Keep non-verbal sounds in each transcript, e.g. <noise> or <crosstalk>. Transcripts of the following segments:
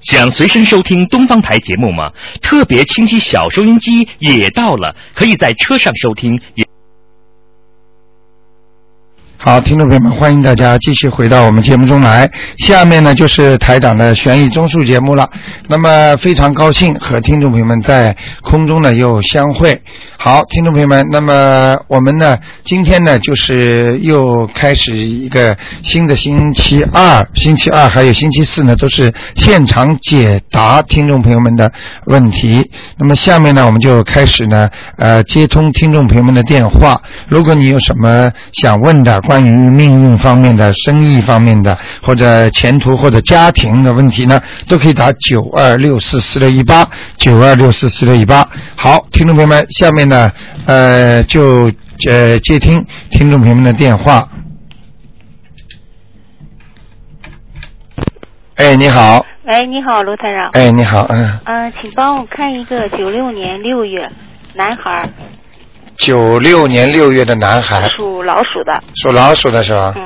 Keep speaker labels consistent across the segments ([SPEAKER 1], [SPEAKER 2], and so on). [SPEAKER 1] 想随身收听东方台节目吗？特别清晰小收音机也到了，可以在车上收听。也
[SPEAKER 2] 好，听众朋友们，欢迎大家继续回到我们节目中来。下面呢就是台长的悬疑综述节目了。那么非常高兴和听众朋友们在空中呢又相会。好，听众朋友们，那么我们呢今天呢就是又开始一个新的星期二、星期二还有星期四呢都是现场解答听众朋友们的问题。那么下面呢我们就开始呢呃接通听众朋友们的电话。如果你有什么想问的，关于命运方面的、生意方面的，或者前途或者家庭的问题呢，都可以打九二六四四六一八九二六四四六一八。好，听众朋友们，下面呢，呃，就呃接听听众朋友们的电话。哎，你好，
[SPEAKER 3] 喂，你好，卢台长。
[SPEAKER 2] 哎，你好，嗯，
[SPEAKER 3] 嗯、请帮我看一个九六年六月男孩儿，
[SPEAKER 2] 九六年六月的男孩，
[SPEAKER 3] 属老鼠的。
[SPEAKER 2] 属老鼠的是吧？
[SPEAKER 3] 嗯，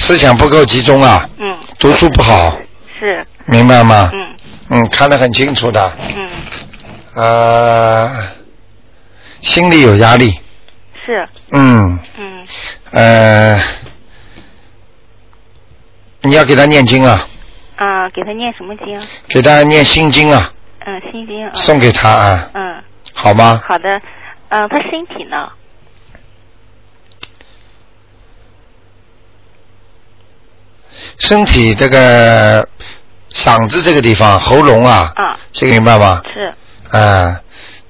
[SPEAKER 2] 思想不够集中啊，
[SPEAKER 3] 嗯，
[SPEAKER 2] 读书不好，
[SPEAKER 3] 是，
[SPEAKER 2] 明白吗？
[SPEAKER 3] 嗯
[SPEAKER 2] 嗯，看得很清楚的。
[SPEAKER 3] 嗯，
[SPEAKER 2] 呃，心里有压力，
[SPEAKER 3] 是，
[SPEAKER 2] 嗯，
[SPEAKER 3] 嗯，
[SPEAKER 2] 呃，你要给他念经啊，
[SPEAKER 3] 啊、给他念什么经？
[SPEAKER 2] 给他念心经啊，
[SPEAKER 3] 嗯，心经啊。
[SPEAKER 2] 送给他啊，
[SPEAKER 3] 嗯，
[SPEAKER 2] 好吗？
[SPEAKER 3] 好的。嗯、他身体呢？
[SPEAKER 2] 身体这个嗓子这个地方，喉咙啊，
[SPEAKER 3] 啊，
[SPEAKER 2] 这个明白吗？
[SPEAKER 3] 是，
[SPEAKER 2] 啊，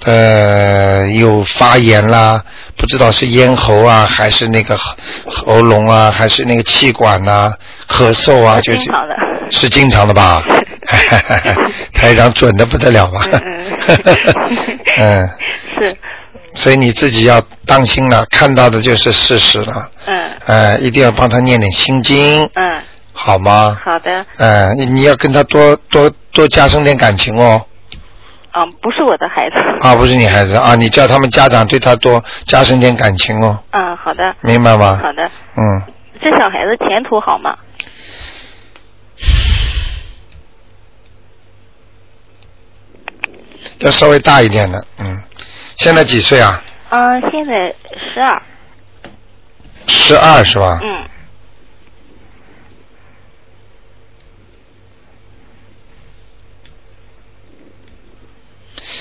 [SPEAKER 2] 呃，有发炎啦，不知道是咽喉啊，还是那个喉喉咙啊，还是那个气管呐、咳嗽啊，就
[SPEAKER 3] 挺好的。
[SPEAKER 2] 是经常的吧？ <laughs> 台长准的不得了吧？
[SPEAKER 3] 嗯
[SPEAKER 2] <laughs> 嗯
[SPEAKER 3] 嗯， <laughs> 是，
[SPEAKER 2] 所以你自己要当心了，看到的就是事实了。
[SPEAKER 3] 嗯
[SPEAKER 2] 呃，一定要帮他念点心经，
[SPEAKER 3] 嗯，
[SPEAKER 2] 好吗？
[SPEAKER 3] 好的。
[SPEAKER 2] 呃，你你要跟他多多多加深点感情哦。
[SPEAKER 3] 嗯，不是我的孩子。
[SPEAKER 2] 啊，不是你孩子啊，你叫他们家长对他多加深点感情哦，
[SPEAKER 3] 嗯，好的，
[SPEAKER 2] 明白吗？
[SPEAKER 3] 好的。
[SPEAKER 2] 嗯，
[SPEAKER 3] 这小孩子前途好吗？
[SPEAKER 2] 要稍微大一点的，嗯。现在几岁啊？
[SPEAKER 3] 嗯、现在十二。
[SPEAKER 2] 十二是吧？
[SPEAKER 3] 嗯，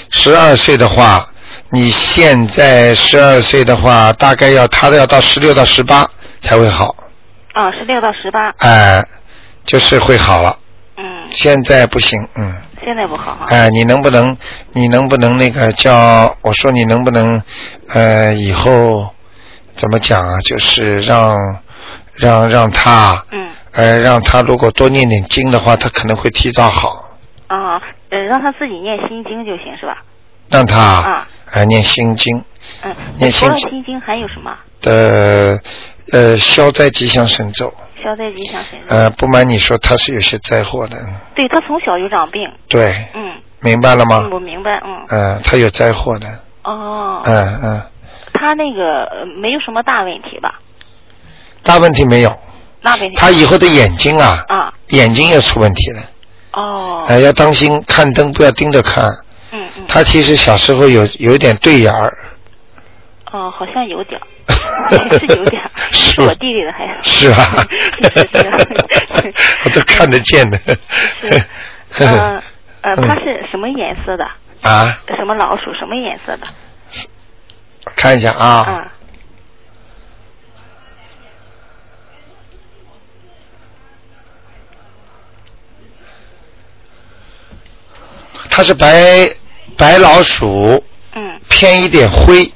[SPEAKER 2] 十二岁的话，你现在十二岁的话，大概要他要到十六到十八才会好，
[SPEAKER 3] 啊，十六到十八。
[SPEAKER 2] 哎、就是会好了。
[SPEAKER 3] 嗯，
[SPEAKER 2] 现在不行，嗯，
[SPEAKER 3] 现在不好哈。
[SPEAKER 2] 哎、你能不能，你能不能那个叫我说你能不能，呃，以后怎么讲啊？就是让让让他，
[SPEAKER 3] 嗯
[SPEAKER 2] 呃，让他如果多念点经的话，他可能会提早好，
[SPEAKER 3] 啊，呃，让他自己念心经就行是吧？
[SPEAKER 2] 让他啊、
[SPEAKER 3] 啊，
[SPEAKER 2] 呃念心经
[SPEAKER 3] 嗯，
[SPEAKER 2] 念
[SPEAKER 3] 除
[SPEAKER 2] 心经
[SPEAKER 3] 了心经还有什么？
[SPEAKER 2] 的呃消灾吉祥神咒。
[SPEAKER 3] 消灾吉祥神咒。
[SPEAKER 2] 呃，不瞒你说，他是有些灾祸的，
[SPEAKER 3] 对他从小有长病，
[SPEAKER 2] 对，
[SPEAKER 3] 嗯，
[SPEAKER 2] 明白了吗
[SPEAKER 3] 嗯？我明白，嗯，
[SPEAKER 2] 呃，他有灾祸的，
[SPEAKER 3] 哦，
[SPEAKER 2] 嗯嗯，
[SPEAKER 3] 他那个呃没有什么大问题吧？
[SPEAKER 2] 大问题没有，
[SPEAKER 3] 那问题
[SPEAKER 2] 他以后的眼睛啊，
[SPEAKER 3] 啊，
[SPEAKER 2] 眼睛也出问题了，
[SPEAKER 3] 哦，
[SPEAKER 2] 哎、要当心看灯，不要盯着看。
[SPEAKER 3] 嗯嗯，
[SPEAKER 2] 他其实小时候有有一点对眼
[SPEAKER 3] <laughs>
[SPEAKER 2] 儿，
[SPEAKER 3] 哦，好像有点儿，
[SPEAKER 2] <laughs>
[SPEAKER 3] 是有点儿，
[SPEAKER 2] 是
[SPEAKER 3] 是我弟弟的孩子。
[SPEAKER 2] 是
[SPEAKER 3] <laughs>
[SPEAKER 2] 吧，
[SPEAKER 3] 是是是
[SPEAKER 2] 我都看得见的。 <laughs>
[SPEAKER 3] 是，呃
[SPEAKER 2] <laughs>
[SPEAKER 3] 呃，
[SPEAKER 2] 嗯
[SPEAKER 3] 它是什么颜色的？
[SPEAKER 2] 啊，
[SPEAKER 3] 什么老鼠？什么颜色的？
[SPEAKER 2] 看一下啊，
[SPEAKER 3] 啊，
[SPEAKER 2] 它是白白老鼠，
[SPEAKER 3] 嗯，
[SPEAKER 2] 偏一点灰，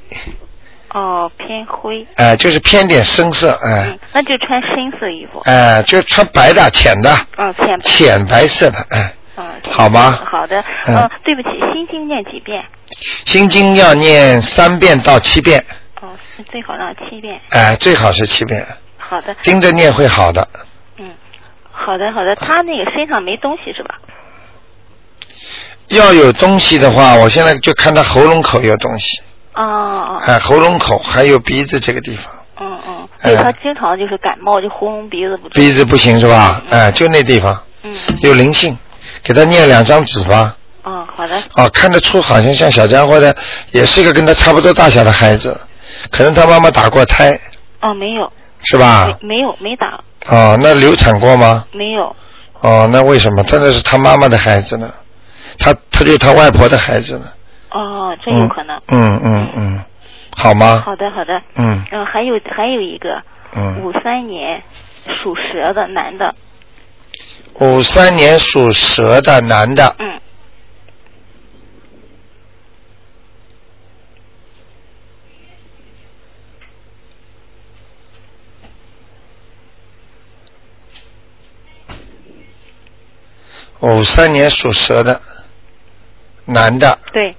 [SPEAKER 3] 哦，偏灰。
[SPEAKER 2] 哎、就是偏点深色，哎、
[SPEAKER 3] 嗯，那就穿深色衣服。
[SPEAKER 2] 哎、就穿白的、浅的、
[SPEAKER 3] 嗯，浅白。
[SPEAKER 2] 浅白色的，哎、
[SPEAKER 3] 嗯，
[SPEAKER 2] 好吗
[SPEAKER 3] 好的。
[SPEAKER 2] 嗯
[SPEAKER 3] 嗯，对不起，心经念几遍？
[SPEAKER 2] 心经要念三遍到七遍，
[SPEAKER 3] 哦，是最好让七遍。
[SPEAKER 2] 哎、最好是七遍，
[SPEAKER 3] 好的，
[SPEAKER 2] 盯着念会好的。
[SPEAKER 3] 嗯，好的，
[SPEAKER 2] 嗯
[SPEAKER 3] 好的。他那个身上没东西是吧？
[SPEAKER 2] 要有东西的话，我现在就看他喉咙口有东西，
[SPEAKER 3] 哦哦
[SPEAKER 2] 哎、喉咙口还有鼻子这个地方，
[SPEAKER 3] 嗯嗯，所以他经常就是感冒，就喉咙鼻子不
[SPEAKER 2] 哎鼻子不行是吧？哎、就那地方
[SPEAKER 3] 嗯
[SPEAKER 2] 有灵性，给他念两张纸吧。
[SPEAKER 3] 嗯，好的，
[SPEAKER 2] 啊，看得出好像像小家伙的，也是一个跟他差不多大小的孩子，可能他妈妈打过胎
[SPEAKER 3] 哦，没有，
[SPEAKER 2] 是吧？
[SPEAKER 3] 没没有没打，
[SPEAKER 2] 哦，那流产过吗？
[SPEAKER 3] 没有，
[SPEAKER 2] 哦，那为什么真的是他妈妈的孩子呢？他他就是他外婆的孩子呢？
[SPEAKER 3] 哦，这有可能。
[SPEAKER 2] 嗯嗯嗯，好吗？
[SPEAKER 3] 好的，好的，
[SPEAKER 2] 嗯
[SPEAKER 3] 嗯，还有还有一个
[SPEAKER 2] 嗯，
[SPEAKER 3] 五三年属蛇的男的，
[SPEAKER 2] 五三年属蛇的男的，
[SPEAKER 3] 嗯，
[SPEAKER 2] 五三年属蛇的男的，
[SPEAKER 3] 对，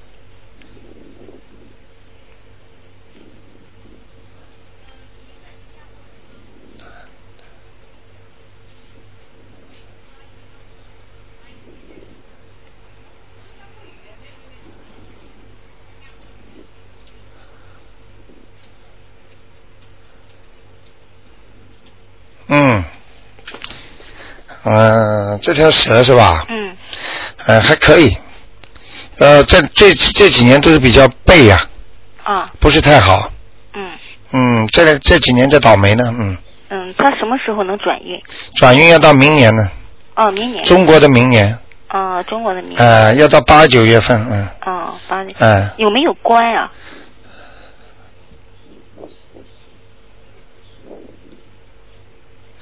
[SPEAKER 2] 嗯。嗯、这条蛇是吧？
[SPEAKER 3] 嗯，
[SPEAKER 2] 呃，还可以。呃，这这这几年都是比较背呀、
[SPEAKER 3] 啊，
[SPEAKER 2] 不是太好。
[SPEAKER 3] 嗯
[SPEAKER 2] 嗯，这这几年在倒霉呢。嗯，
[SPEAKER 3] 嗯，他什么时候能转运？
[SPEAKER 2] 转运要到明年呢，
[SPEAKER 3] 哦，明年，
[SPEAKER 2] 中国的明年，
[SPEAKER 3] 啊、中国的明年，
[SPEAKER 2] 呃，要到八九月份。嗯，
[SPEAKER 3] 啊、八年，
[SPEAKER 2] 哎、
[SPEAKER 3] 有没有关啊？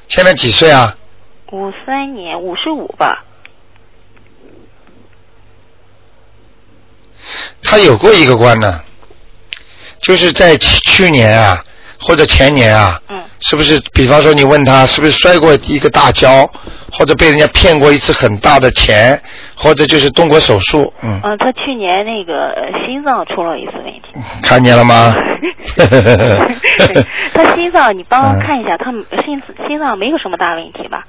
[SPEAKER 2] 现在几岁啊？
[SPEAKER 3] 五三年五十五吧，
[SPEAKER 2] 他有过一个官呢，就是在去去年啊，或者前年啊，
[SPEAKER 3] 嗯，
[SPEAKER 2] 是不是？比方说你问他是不是摔过一个大跤，或者被人家骗过一次很大的钱，或者就是动过手术？嗯。
[SPEAKER 3] 嗯、他去年那个呃心脏出了一次问题，？
[SPEAKER 2] 看见了吗
[SPEAKER 3] 他心脏，你帮我
[SPEAKER 2] 嗯
[SPEAKER 3] 看一下，他心心脏没有什么大问题吧？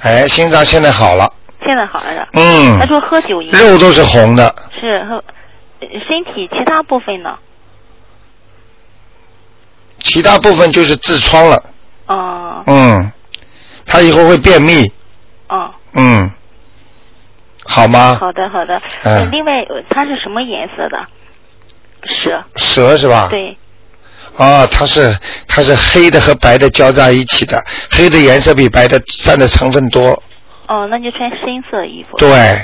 [SPEAKER 2] 哎，心脏现在好了，
[SPEAKER 3] 现在好了的。
[SPEAKER 2] 嗯
[SPEAKER 3] 他，说喝酒影
[SPEAKER 2] 肉都是红的，
[SPEAKER 3] 是喝，呃身体其他部分呢？
[SPEAKER 2] 其他部分就是痔疮了，
[SPEAKER 3] 嗯
[SPEAKER 2] 嗯，他以后会便秘，
[SPEAKER 3] 嗯，
[SPEAKER 2] 嗯，好吗？
[SPEAKER 3] 好的好的。
[SPEAKER 2] 嗯
[SPEAKER 3] 呃另外，呃它是什么颜色的？蛇。
[SPEAKER 2] 蛇是吧？。
[SPEAKER 3] 对，
[SPEAKER 2] 啊，它是它是黑的和白的交在一起的，黑的颜色比白的占的成分多，
[SPEAKER 3] 哦，那就穿深色衣服。。
[SPEAKER 2] 对，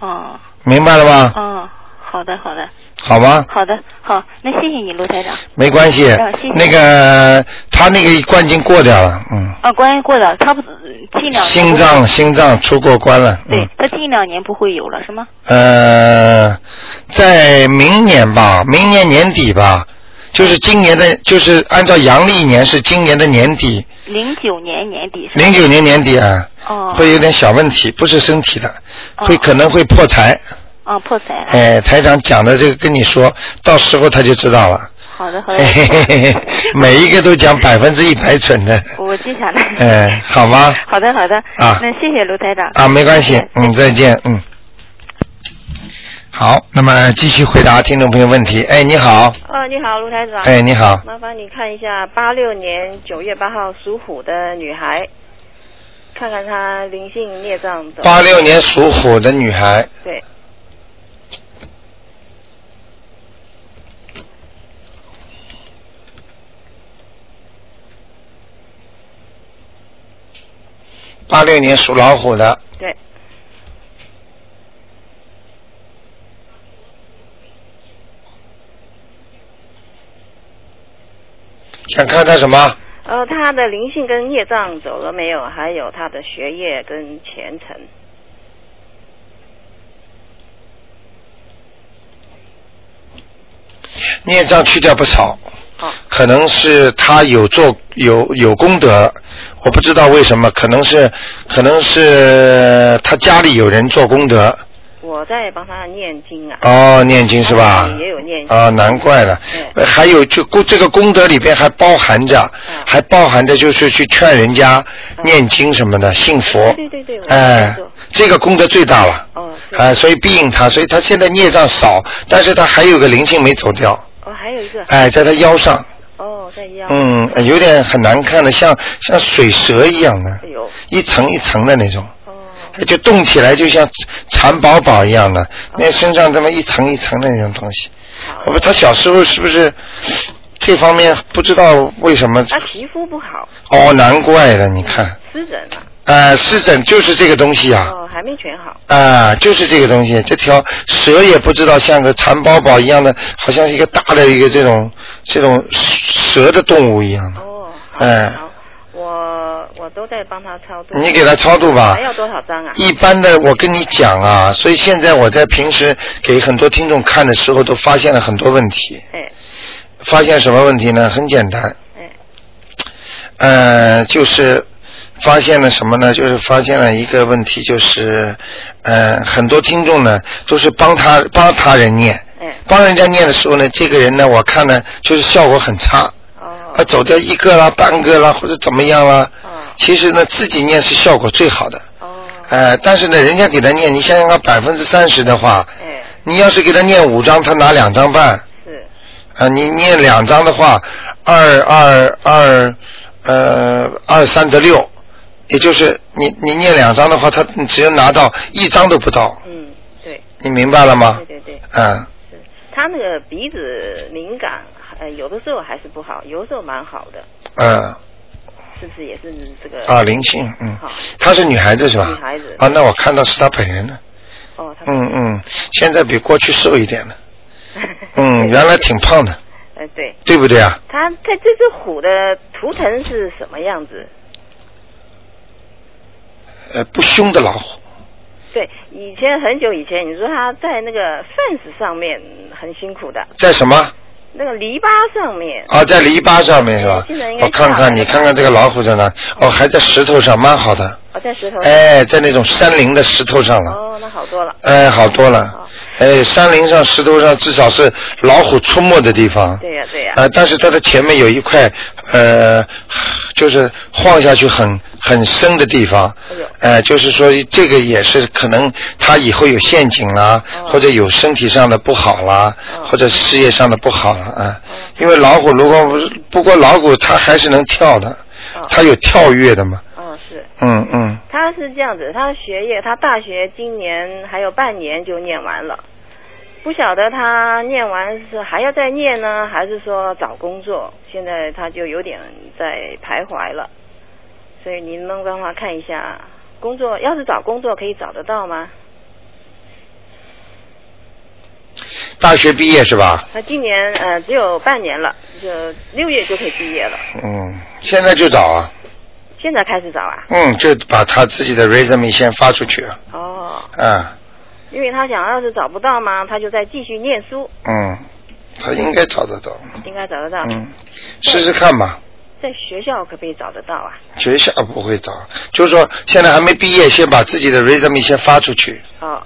[SPEAKER 3] 嗯
[SPEAKER 2] 明白了吗？
[SPEAKER 3] 嗯，好的好的
[SPEAKER 2] 好吗？
[SPEAKER 3] 好的好，那谢谢你卢台长。
[SPEAKER 2] 没关系
[SPEAKER 3] 嗯谢谢，
[SPEAKER 2] 那个他那个冠军过掉了，嗯。
[SPEAKER 3] 啊，关于过了，他不近两年
[SPEAKER 2] 心
[SPEAKER 3] 不会
[SPEAKER 2] 脏心脏出过关了，
[SPEAKER 3] 对
[SPEAKER 2] 嗯，
[SPEAKER 3] 他近两年不会有了，是吗？
[SPEAKER 2] 呃，在明年吧，明年年底吧，就是今年的，就是按照阳历年是今年的年底，
[SPEAKER 3] 零九年年底是吗？
[SPEAKER 2] 零九年年底啊，
[SPEAKER 3] 哦，
[SPEAKER 2] 会有点小问题，不是身体的，
[SPEAKER 3] 哦
[SPEAKER 2] 会可能会破财。
[SPEAKER 3] 啊破财了。
[SPEAKER 2] 哎，台长讲的这个跟你说，到时候他就知道了。
[SPEAKER 3] 好的好的
[SPEAKER 2] 嘿嘿嘿嘿， <laughs> 每一个都讲百分之一百准的。
[SPEAKER 3] 我记下来。
[SPEAKER 2] 哎好吗
[SPEAKER 3] <laughs> 好的，好的。
[SPEAKER 2] 啊
[SPEAKER 3] 那谢谢卢台长。
[SPEAKER 2] 啊，没关系
[SPEAKER 3] 谢，
[SPEAKER 2] 嗯，再见，嗯。好，那么继续回答听众朋友问题。哎，你好，
[SPEAKER 3] 哦
[SPEAKER 4] 啊，你好，卢台长。
[SPEAKER 2] 哎，你好，
[SPEAKER 4] 麻烦你看一下八六年九月八号属虎的女孩，看看她灵性孽障怎么。
[SPEAKER 2] 八六年属虎的女孩，
[SPEAKER 4] 对，
[SPEAKER 2] 八六年属老虎的，
[SPEAKER 4] 对，
[SPEAKER 2] 想看她什么？
[SPEAKER 4] 呃，她的灵性跟孽障走了没有？还有她的学业跟前程。
[SPEAKER 2] 孽障去掉不少，
[SPEAKER 4] 哦，
[SPEAKER 2] 可能是她有做有有功德，我不知道为什么，可能是可能是她家里有人做功德，
[SPEAKER 4] 我我在帮他念经啊。
[SPEAKER 2] 哦，念经是吧
[SPEAKER 4] 他也有念？经
[SPEAKER 2] 啊、难怪了。
[SPEAKER 4] 对啊
[SPEAKER 2] 呃还有就功这个功德里边还包含着，还包含着就是去劝人家念经什么的，信佛。
[SPEAKER 4] 对对对我
[SPEAKER 2] 哎
[SPEAKER 4] 知道，
[SPEAKER 2] 这个功德最大了。
[SPEAKER 4] 哦是
[SPEAKER 2] 啊，所以庇应他，所以他现在孽障少，但是他还有个灵性没走掉，
[SPEAKER 4] 哦，还有一个。
[SPEAKER 2] 哎，在他腰上，
[SPEAKER 4] 哦，在腰。。
[SPEAKER 2] 嗯，有点很难看的，像像水蛇一样的
[SPEAKER 4] 哎，呦，
[SPEAKER 2] 一层一层的那种。
[SPEAKER 4] 哦，
[SPEAKER 2] 就动起来就像蚕宝宝一样的，那身上这么一层一层的那种东西。我
[SPEAKER 4] 好。
[SPEAKER 2] 不，他小时候是不是这方面不知道为什么？
[SPEAKER 4] 他皮肤不好，
[SPEAKER 2] 哦，难怪了，你看，
[SPEAKER 4] 湿疹啊。
[SPEAKER 2] 啊，湿疹就是这个东西啊，
[SPEAKER 4] 哦，还没全好。
[SPEAKER 2] 啊、就是这个东西。这条蛇也不知道像个蚕宝宝一样的，好像是一个大的一个这种这种蛇的动物一样的。
[SPEAKER 4] 哦，好。
[SPEAKER 2] 哎
[SPEAKER 4] 好。我我都在帮他超度。
[SPEAKER 2] 你给他超度吧
[SPEAKER 4] 还。要多少张啊？
[SPEAKER 2] 一般的，我跟你讲啊，所以现在我在平时给很多听众看的时候，都发现了很多问题。
[SPEAKER 4] 哎
[SPEAKER 2] 发现什么问题呢？很简单，
[SPEAKER 4] 哎
[SPEAKER 2] 呃，就是发现了什么呢？就是发现了一个问题，就是呃，很多听众呢都是帮他帮他人念，
[SPEAKER 4] 哎。
[SPEAKER 2] 帮人家念的时候呢，这个人呢，我看呢就是效果很差，
[SPEAKER 4] 哦
[SPEAKER 2] 啊，走掉一个啦、半个啦，或者怎么样啦。
[SPEAKER 4] 哦
[SPEAKER 2] 其实呢，自己念是效果最好的，
[SPEAKER 4] 哦。
[SPEAKER 2] 呃，但是呢，人家给他念，你想想看，百分之三十的话，
[SPEAKER 4] 哎，
[SPEAKER 2] 你要是给他念五张，他拿两张半，
[SPEAKER 4] 是
[SPEAKER 2] 啊，你念两张的话，二二二，呃，二三得六，也就是你你念两张的话，他只有拿到一张都不到，
[SPEAKER 4] 嗯对
[SPEAKER 2] 你明白了吗
[SPEAKER 4] 对？对对。
[SPEAKER 2] 啊，
[SPEAKER 4] 是他那个鼻子敏感，呃，有的时候还是不好，有的时候蛮好的，
[SPEAKER 2] 嗯，
[SPEAKER 4] 是不是也是这个？
[SPEAKER 2] 啊，灵性，嗯
[SPEAKER 4] 好，
[SPEAKER 2] 她是女孩子是吧？
[SPEAKER 4] 女孩子
[SPEAKER 2] 啊，那我看到是她本人了，
[SPEAKER 4] 哦，他
[SPEAKER 2] 嗯嗯，现在比过去瘦一点了，嗯，
[SPEAKER 4] 对
[SPEAKER 2] 原来挺胖的，
[SPEAKER 4] <laughs> 呃，对，
[SPEAKER 2] 对不对啊？
[SPEAKER 4] 他他这只虎的图腾是什么样子？
[SPEAKER 2] 呃，不凶的老虎，
[SPEAKER 4] 对，以前很久以前，你说他在那个 fence 上面很辛苦的，
[SPEAKER 2] 在什么？
[SPEAKER 4] 那个篱笆上面，
[SPEAKER 2] 啊，在篱笆上面是吧
[SPEAKER 4] 现在应？该
[SPEAKER 2] 我看看，
[SPEAKER 4] 下来了
[SPEAKER 2] 你看看这个老虎在哪？哦，还在石头上，蛮好的。
[SPEAKER 4] 哦，在石头上。
[SPEAKER 2] 哎，在那种山林的石头上了。
[SPEAKER 4] 哦，那好多了。
[SPEAKER 2] 哎，好多了
[SPEAKER 4] 哦。
[SPEAKER 2] 哎，山林上、石头上，至少是老虎出没的地方。
[SPEAKER 4] 对呀、对呀、
[SPEAKER 2] 呃，但是它的前面有一块，呃，就是晃下去很很深的地方
[SPEAKER 4] 哎呦，
[SPEAKER 2] 呃，就是说这个也是可能它以后有陷阱啦，
[SPEAKER 4] 哦
[SPEAKER 2] 或者有身体上的不好啦，
[SPEAKER 4] 哦
[SPEAKER 2] 或者事业上的不好了啊、
[SPEAKER 4] 哦
[SPEAKER 2] 因为老虎如果不是不过老虎它还是能跳的，
[SPEAKER 4] 哦
[SPEAKER 2] 它有跳跃的嘛，
[SPEAKER 4] 哦，是，
[SPEAKER 2] 嗯嗯，
[SPEAKER 4] 他是这样子，他学业，他大学今年还有半年就念完了，不晓得他念完是还要再念呢，还是说找工作？现在他就有点在徘徊了，所以您能帮他看一下工作，要是找工作可以找得到吗？
[SPEAKER 2] 大学毕业是吧？
[SPEAKER 4] 他今年呃只有半年了，就六月就可以毕业了，
[SPEAKER 2] 嗯，现在就找啊，
[SPEAKER 4] 现在开始找啊？
[SPEAKER 2] 嗯，就把他自己的 resume 先发出去，
[SPEAKER 4] 哦，
[SPEAKER 2] 啊，
[SPEAKER 4] 因为他想要是找不到嘛，他就再继续念书，
[SPEAKER 2] 嗯，他应该找得到。
[SPEAKER 4] 应该找得到。
[SPEAKER 2] 嗯，试试看吧。
[SPEAKER 4] 在学校可不可以找得到啊？
[SPEAKER 2] 学校不会找，就是说现在还没毕业，先把自己的 resume 先发出去，
[SPEAKER 4] 哦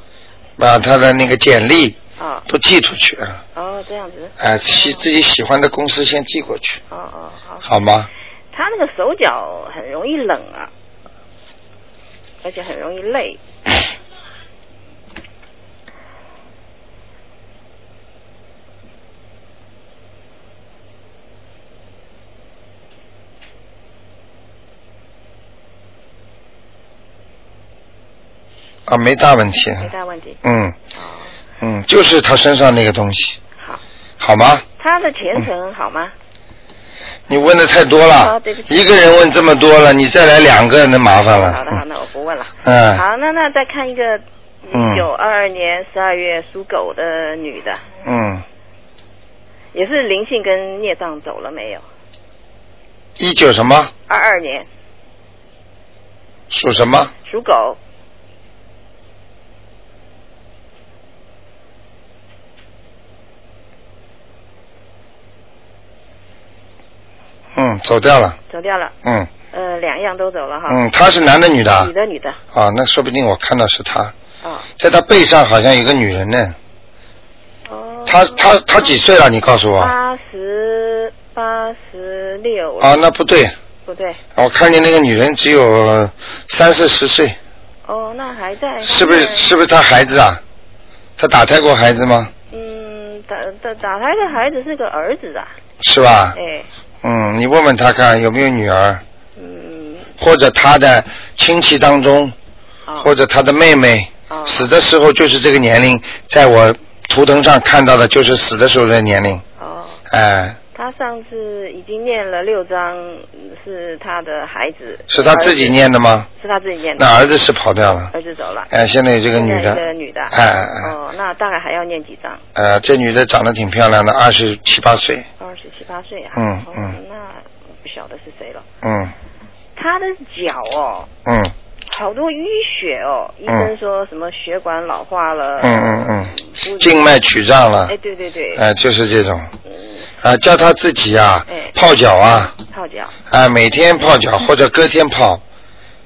[SPEAKER 2] 把他的那个简历
[SPEAKER 4] 哦
[SPEAKER 2] 都寄出去啊，
[SPEAKER 4] 哦，这样子。
[SPEAKER 2] 哎，喜自己喜欢的公司先寄过去，
[SPEAKER 4] 哦哦好。
[SPEAKER 2] 好吗？
[SPEAKER 4] 他那个手脚很容易冷啊，而且很容易累。
[SPEAKER 2] 啊，没大问题。
[SPEAKER 4] 没大问题。
[SPEAKER 2] 嗯
[SPEAKER 4] 哦，
[SPEAKER 2] 嗯，就是他身上那个东西，
[SPEAKER 4] 好。
[SPEAKER 2] 好吗？
[SPEAKER 4] 他的前程
[SPEAKER 2] 嗯
[SPEAKER 4] 好吗？
[SPEAKER 2] 你问的太多了
[SPEAKER 4] 哦对不，起
[SPEAKER 2] 一个人问这么多了，你再来两个那麻烦了。
[SPEAKER 4] 好的好的，那我不问了。
[SPEAKER 2] 嗯
[SPEAKER 4] 好，那那再看一个
[SPEAKER 2] 嗯
[SPEAKER 4] 一九二二年十二月属狗的女的，
[SPEAKER 2] 嗯，
[SPEAKER 4] 也是灵性跟孽障走了没有？
[SPEAKER 2] 一九什么
[SPEAKER 4] 二二年
[SPEAKER 2] 属什么？
[SPEAKER 4] 属狗，
[SPEAKER 2] 嗯，走掉了。
[SPEAKER 4] 走掉了。
[SPEAKER 2] 嗯
[SPEAKER 4] 呃，两样都走了哈。
[SPEAKER 2] 嗯，他是男的女的啊？
[SPEAKER 4] 女的女的。
[SPEAKER 2] 啊，那说不定我看到是他。
[SPEAKER 4] 啊，
[SPEAKER 2] 在他背上好像有个女人呢。
[SPEAKER 4] 哦。
[SPEAKER 2] 他他他几岁啊了？你告诉我。
[SPEAKER 4] 八十八十六。
[SPEAKER 2] 啊，那不对，
[SPEAKER 4] 不对，
[SPEAKER 2] 我看见那个女人只有三四十岁，
[SPEAKER 4] 哦，那还在。
[SPEAKER 2] 是不是？
[SPEAKER 4] 还在
[SPEAKER 2] 是不是他孩子啊？他打胎过孩子吗？
[SPEAKER 4] 嗯，打打打胎的孩子是个儿子啊，
[SPEAKER 2] 是吧？
[SPEAKER 4] 哎，
[SPEAKER 2] 嗯，你问问他看有没有女儿，
[SPEAKER 4] 嗯，
[SPEAKER 2] 或者他的亲戚当中，
[SPEAKER 4] 啊、
[SPEAKER 2] 或者他的妹妹，
[SPEAKER 4] 啊，
[SPEAKER 2] 死的时候就是这个年龄，在我图腾上看到的就是死的时候的年龄，
[SPEAKER 4] 哦，
[SPEAKER 2] 哎，
[SPEAKER 4] 他上次已经念了六章，嗯是他的孩子，
[SPEAKER 2] 是他自己念的吗？
[SPEAKER 4] 儿子，是他自己念的，
[SPEAKER 2] 那儿子是跑掉了，
[SPEAKER 4] 儿子走了，
[SPEAKER 2] 哎，现在有这个
[SPEAKER 4] 现
[SPEAKER 2] 女
[SPEAKER 4] 在一个
[SPEAKER 2] 的，
[SPEAKER 4] 女的，
[SPEAKER 2] 哎哎哎，
[SPEAKER 4] 哦，那大概还要念几章？
[SPEAKER 2] 呃，这女的长得挺漂亮的，二十七八岁，
[SPEAKER 4] 二十七八岁啊，
[SPEAKER 2] 嗯
[SPEAKER 4] 哦
[SPEAKER 2] 嗯
[SPEAKER 4] 那不晓得是谁了。
[SPEAKER 2] 嗯
[SPEAKER 4] 他的脚哦，
[SPEAKER 2] 嗯
[SPEAKER 4] 好多淤血哦，医生说什么血管老化了，
[SPEAKER 2] 嗯嗯
[SPEAKER 4] 不
[SPEAKER 2] 嗯，静脉曲张了
[SPEAKER 4] 呃哎，，对对对，
[SPEAKER 2] 哎，就是这种，
[SPEAKER 4] 嗯，
[SPEAKER 2] 啊，叫他自己啊
[SPEAKER 4] 哎，嗯
[SPEAKER 2] 泡脚啊，
[SPEAKER 4] 泡脚，
[SPEAKER 2] 啊，每天泡脚或者隔天泡，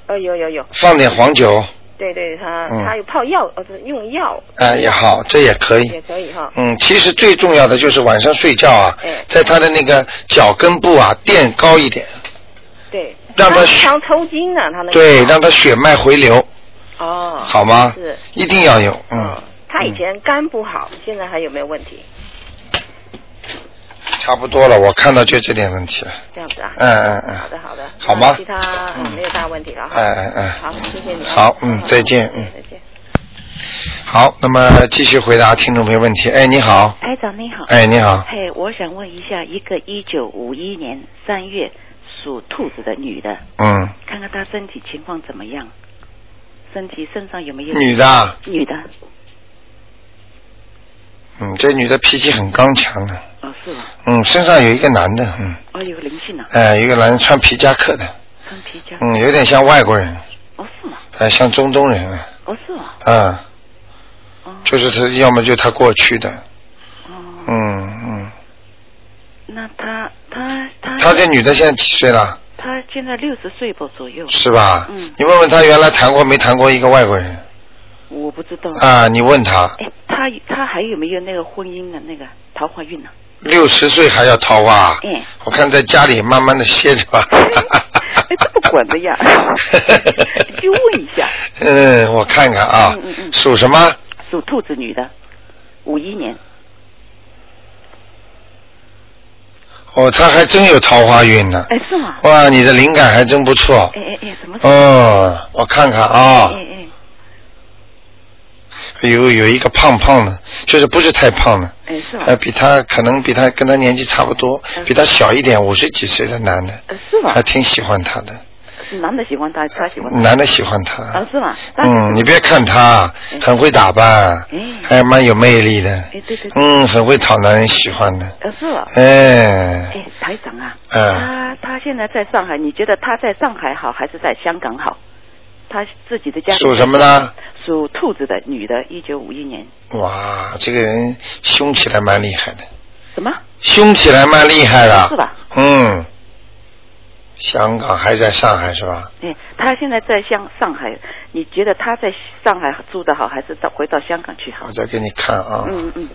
[SPEAKER 4] 哦，有有有，
[SPEAKER 2] 放点黄酒，
[SPEAKER 4] 对对，他、
[SPEAKER 2] 嗯
[SPEAKER 4] 他有泡药，哦，不是用药
[SPEAKER 2] 哎也好，这也可以
[SPEAKER 4] 嗯也。可以哈。
[SPEAKER 2] 嗯，其实最重要的就是晚上睡觉啊
[SPEAKER 4] 哎，
[SPEAKER 2] 在他的那个脚跟部啊垫高一点，
[SPEAKER 4] 对，
[SPEAKER 2] 让他
[SPEAKER 4] 他经常抽筋呢、他那个
[SPEAKER 2] 对，
[SPEAKER 4] 脚
[SPEAKER 2] 让他血脉回流，
[SPEAKER 4] 哦，
[SPEAKER 2] 好吗？
[SPEAKER 4] 是，
[SPEAKER 2] 一定要有，嗯，
[SPEAKER 4] 他以前肝不好，现在还有没有问题？
[SPEAKER 2] 差不多了，我看到就这点问题了，
[SPEAKER 4] 这样子啊？
[SPEAKER 2] 嗯嗯嗯
[SPEAKER 4] 好的好的，
[SPEAKER 2] 好吗
[SPEAKER 4] 那其他呃
[SPEAKER 2] 嗯
[SPEAKER 4] 没有大问题了哈。
[SPEAKER 2] 哎哎哎
[SPEAKER 4] 好，谢谢你啊。
[SPEAKER 2] 好嗯再见嗯
[SPEAKER 4] 再见。
[SPEAKER 2] 好，那么继续回答听众朋友问题。哎，你好，
[SPEAKER 5] 台长你好。
[SPEAKER 2] 哎，你好，
[SPEAKER 5] 嘿，我想问一下，一个一九五一年三月属兔子的女的，
[SPEAKER 2] 嗯，
[SPEAKER 5] 看看她身体情况怎么样，身体身上有没有
[SPEAKER 2] 女的啊，
[SPEAKER 5] 女的？
[SPEAKER 2] 嗯，这女的脾气很刚强的，
[SPEAKER 5] 哦，是吧？
[SPEAKER 2] 嗯，身上有一个男的，嗯，
[SPEAKER 5] 哦，有灵性啊，
[SPEAKER 2] 哎，有一个男的穿皮夹克的，
[SPEAKER 5] 穿皮夹。
[SPEAKER 2] 嗯，有点像外国人，
[SPEAKER 5] 哦，是吗？
[SPEAKER 2] 哎，像中东人，
[SPEAKER 5] 哦，是吗？
[SPEAKER 2] 啊，
[SPEAKER 5] 哦，
[SPEAKER 2] 就是他，要么就他过去的，
[SPEAKER 5] 哦，
[SPEAKER 2] 嗯
[SPEAKER 5] 那她她她
[SPEAKER 2] 嗯，他这女的现在几岁了？
[SPEAKER 5] 她现在六十岁吧左右，
[SPEAKER 2] 是吧？
[SPEAKER 5] 嗯
[SPEAKER 2] 你问问她原来谈过没谈过一个外国人
[SPEAKER 5] 我不知道。
[SPEAKER 2] 啊？你问她，
[SPEAKER 5] 哎，她她还有没有那个婚姻的那个桃花运啊呢、
[SPEAKER 2] 六十岁还要逃啊？
[SPEAKER 5] 嗯
[SPEAKER 2] 我看在家里慢慢的歇着吧。
[SPEAKER 5] 哎这么管
[SPEAKER 2] <laughs>
[SPEAKER 5] 的呀去问一下。
[SPEAKER 2] 嗯，我看看啊，
[SPEAKER 5] 嗯嗯嗯
[SPEAKER 2] 属什么？
[SPEAKER 5] 属兔子女的，五一年。
[SPEAKER 2] 哦，她还真有桃花运呢。
[SPEAKER 5] 哎，是吗？
[SPEAKER 2] 哇，你的灵感还真不错
[SPEAKER 5] 哎。哎哎，什么？
[SPEAKER 2] 哦，我看看啊
[SPEAKER 5] 哎，哎，嗯
[SPEAKER 2] 有有一个胖胖的，就是不是太胖的，
[SPEAKER 5] 哎，是吗？
[SPEAKER 2] 呃，比他可能比他跟他年纪差不多，比他小一点，五十几岁的男的，
[SPEAKER 5] 嗯呃是吗嗯
[SPEAKER 2] 还？挺喜欢他的，
[SPEAKER 5] 是男的喜欢她，她喜欢他。
[SPEAKER 2] 男的喜欢他。
[SPEAKER 5] 啊，是吗？她
[SPEAKER 2] 嗯，你别看他
[SPEAKER 5] 嗯
[SPEAKER 2] 很会打扮，
[SPEAKER 5] 嗯
[SPEAKER 2] 还哎蛮有魅力的，
[SPEAKER 5] 哎，对对对。
[SPEAKER 2] 嗯，很会讨男人喜欢的，
[SPEAKER 5] 呃，是吗？
[SPEAKER 2] 哎，
[SPEAKER 5] 哎，台长啊，
[SPEAKER 2] 嗯
[SPEAKER 5] 他他现在在上海，你觉得他在上海好还是在香港好？他自己的家里
[SPEAKER 2] 属什么呢？
[SPEAKER 5] 属兔子的女的，一九五一年。
[SPEAKER 2] 哇，这个人凶起来蛮厉害的，
[SPEAKER 5] 什么？
[SPEAKER 2] 凶起来蛮厉害的，
[SPEAKER 5] 是吧？
[SPEAKER 2] 嗯，香港还在上海是吧？
[SPEAKER 5] 哎，他现在在香上海，你觉得他在上海住的好，还是到回到香港去好
[SPEAKER 2] 我？再给你看啊，
[SPEAKER 5] 嗯嗯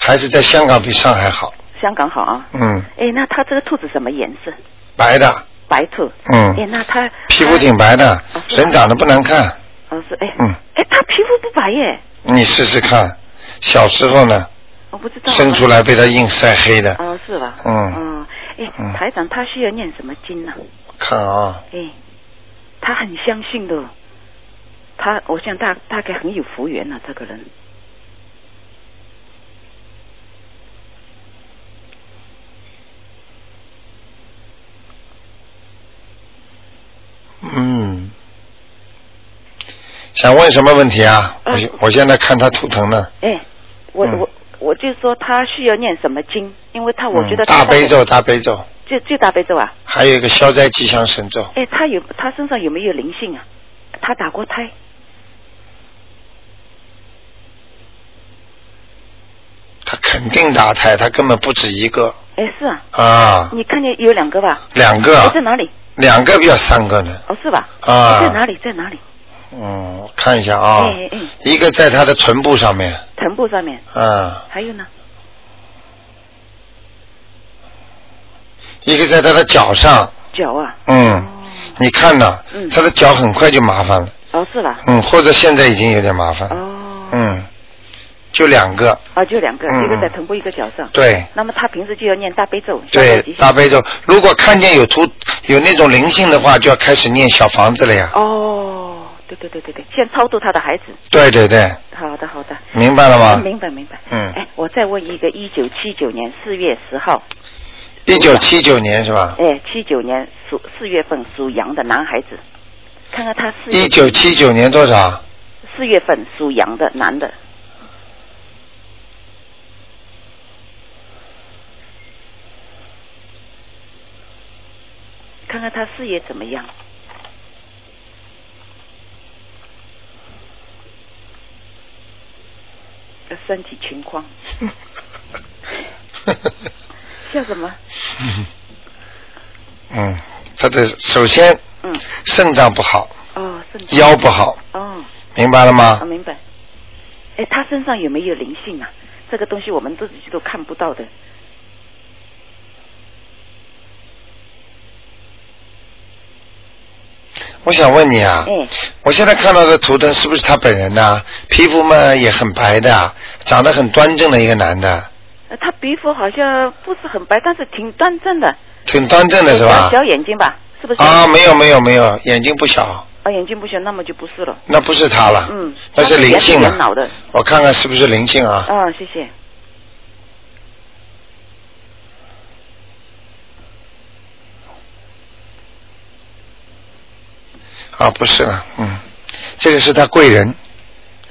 [SPEAKER 2] 还是在香港比上海好，
[SPEAKER 5] 嗯，香港好啊。
[SPEAKER 2] 嗯，
[SPEAKER 5] 哎，那他这个兔子什么颜色？
[SPEAKER 2] 白的，
[SPEAKER 5] 白兔。
[SPEAKER 2] 嗯
[SPEAKER 5] 哎，那他
[SPEAKER 2] 皮肤挺白的，
[SPEAKER 5] 是吧
[SPEAKER 2] 人长得不难看，
[SPEAKER 5] 哦是哎。
[SPEAKER 2] 嗯。
[SPEAKER 5] 哎，他皮肤不白耶，
[SPEAKER 2] 你试试看，小时候呢，
[SPEAKER 5] 我不知道。啊
[SPEAKER 2] 生出
[SPEAKER 5] 来。
[SPEAKER 2] 来被他硬晒黑 <laughs> 的，
[SPEAKER 5] 哦，是吧？
[SPEAKER 2] 嗯嗯
[SPEAKER 5] 嗯。哎，台长，他需要念什么经呢、
[SPEAKER 2] 看啊，
[SPEAKER 5] 哎，他很相信的，他我想大大概很有福缘呐、这个人。
[SPEAKER 2] 嗯，想问什么问题啊？
[SPEAKER 5] 呃
[SPEAKER 2] 我现我现在看他图腾呢，
[SPEAKER 5] 哎，我、
[SPEAKER 2] 嗯
[SPEAKER 5] 我我就说他需要念什么经，因为他我觉
[SPEAKER 2] 嗯
[SPEAKER 5] 得，他
[SPEAKER 2] 大悲咒，大悲咒，
[SPEAKER 5] 就就大悲咒啊。
[SPEAKER 2] 还有一个消灾吉祥神咒，
[SPEAKER 5] 哎，他有他身上有没有灵性啊？他打过胎，
[SPEAKER 2] 他肯定打胎，他根本不止一个，
[SPEAKER 5] 哎，是啊，
[SPEAKER 2] 啊，
[SPEAKER 5] 你看见有两个吧？
[SPEAKER 2] 两个
[SPEAKER 5] 哎
[SPEAKER 2] 啊，
[SPEAKER 5] 在哪里？
[SPEAKER 2] 两个不要三个呢。
[SPEAKER 5] 哦，是吧？
[SPEAKER 2] 啊
[SPEAKER 5] 在哪里？在哪里？
[SPEAKER 2] 嗯，我看一下啊
[SPEAKER 5] 哎哎哎，
[SPEAKER 2] 一个在他的臀部上面，
[SPEAKER 5] 臀部上面，
[SPEAKER 2] 啊，
[SPEAKER 5] 还有呢？
[SPEAKER 2] 一个在他的脚上，
[SPEAKER 5] 脚啊？
[SPEAKER 2] 嗯，你看呐
[SPEAKER 5] 嗯，
[SPEAKER 2] 他的脚很快就麻烦了，
[SPEAKER 5] 哦，是吧？
[SPEAKER 2] 嗯，或者现在已经有点麻烦了，
[SPEAKER 5] 哦，
[SPEAKER 2] 嗯，就两个，
[SPEAKER 5] 啊，就两个，
[SPEAKER 2] 嗯
[SPEAKER 5] 一个在臀部，一个脚上。
[SPEAKER 2] 对
[SPEAKER 5] 那么他平时就要念大悲咒，消
[SPEAKER 2] 对
[SPEAKER 5] 灾吉，祥
[SPEAKER 2] 大悲咒，如果看见有图有那种灵性的话，就要开始念小房子了呀，
[SPEAKER 5] 哦，对对对对对，先超度他的孩子。
[SPEAKER 2] 对对对，
[SPEAKER 5] 好的好的，
[SPEAKER 2] 明白了吗？
[SPEAKER 5] 明白明白。
[SPEAKER 2] 嗯
[SPEAKER 5] 哎，我再问一个，一九七九年四月十号，
[SPEAKER 2] 一九七九年是吧？
[SPEAKER 5] 哎，七九年属四月份属羊的男孩子，看看他四
[SPEAKER 2] 一
[SPEAKER 5] 月
[SPEAKER 2] 九七九年多
[SPEAKER 5] <laughs>
[SPEAKER 2] 少？
[SPEAKER 5] 四月份属羊的男的，看看他事业怎么样。呃身体情况，笑什么？
[SPEAKER 2] 嗯，他的首先
[SPEAKER 5] 嗯，
[SPEAKER 2] 肾脏不好，
[SPEAKER 5] 哦，身体
[SPEAKER 2] 腰不好，
[SPEAKER 5] 哦，
[SPEAKER 2] 明白了
[SPEAKER 5] 我
[SPEAKER 2] 吗？
[SPEAKER 5] 明白。哎，他身上有没有灵性啊？这个东西我们自己都看不到的。
[SPEAKER 2] 我想问你啊，
[SPEAKER 5] 哎，
[SPEAKER 2] 我现在看到的图腾是不是他本人呐、皮肤嘛也很白的，长得很端正的一个男的，
[SPEAKER 5] 呃他皮肤好像不是很白，但是挺端正的，
[SPEAKER 2] 挺端正的是吧
[SPEAKER 5] 小？小眼睛吧，是不是？
[SPEAKER 2] 啊，没有没有没有，眼睛不小，
[SPEAKER 5] 啊，眼睛不行，那么就不是了。
[SPEAKER 2] 那不是他了，
[SPEAKER 5] 嗯，
[SPEAKER 2] 那是灵性啊
[SPEAKER 5] 了。脑
[SPEAKER 2] 了。
[SPEAKER 5] 的。
[SPEAKER 2] 我看看是不是灵性啊？
[SPEAKER 5] 啊，谢谢。
[SPEAKER 2] 啊，不是了，嗯，这个是他贵人，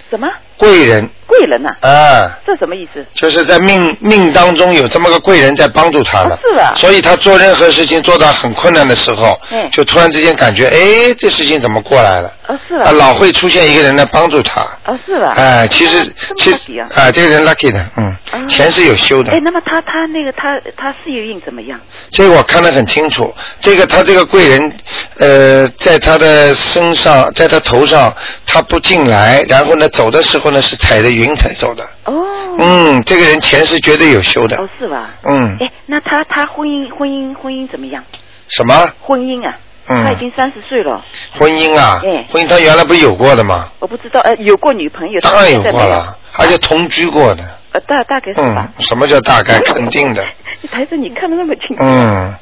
[SPEAKER 5] 什么
[SPEAKER 2] 贵人
[SPEAKER 5] 贵人呐、
[SPEAKER 2] 啊。
[SPEAKER 5] 这什么意思？
[SPEAKER 2] 就是在命命当中有这么个贵人在帮助他了
[SPEAKER 5] 啊，是的
[SPEAKER 2] 所以他做任何事情做到很困难的时候，
[SPEAKER 5] 嗯
[SPEAKER 2] 就突然之间感觉，哎，这事情怎么过来了？
[SPEAKER 5] 啊，是
[SPEAKER 2] 啊，
[SPEAKER 5] 了。
[SPEAKER 2] 老会出现一个人来帮助他，
[SPEAKER 5] 啊，是了。
[SPEAKER 2] 哎，其
[SPEAKER 5] 啊
[SPEAKER 2] 实
[SPEAKER 5] 这么
[SPEAKER 2] 其
[SPEAKER 5] lucky
[SPEAKER 2] 实
[SPEAKER 5] 啊
[SPEAKER 2] 啊，这个人 lucky 的，
[SPEAKER 5] 啊
[SPEAKER 2] 嗯，前世有修的
[SPEAKER 5] 哎，，那么他他那个他他事业运怎么样？
[SPEAKER 2] 这个我看得很清楚。这个他这个贵人，呃，在他的身上，在他头上，他不进来，然后呢，走的时候呢是踩着云彩走的，
[SPEAKER 5] 哦，
[SPEAKER 2] 嗯，这个人前世绝对有修的，
[SPEAKER 5] 哦，是吧？
[SPEAKER 2] 嗯，
[SPEAKER 5] 哎，那他他婚姻婚姻婚姻怎么样？
[SPEAKER 2] 什么？
[SPEAKER 5] 婚姻啊，
[SPEAKER 2] 嗯
[SPEAKER 5] 他已经三十岁了，
[SPEAKER 2] 婚姻啊
[SPEAKER 5] 嗯，
[SPEAKER 2] 婚姻他原来不是有过的吗？
[SPEAKER 5] 我不知道，呃，有过女朋友，
[SPEAKER 2] 当然有过
[SPEAKER 5] 但是现在没有
[SPEAKER 2] 了，而且同居过的。
[SPEAKER 5] 呃，大大概是
[SPEAKER 2] 嗯
[SPEAKER 5] 吧？，
[SPEAKER 2] 什么叫大概？肯定的。
[SPEAKER 5] 台子你看的那么清楚，
[SPEAKER 2] 嗯，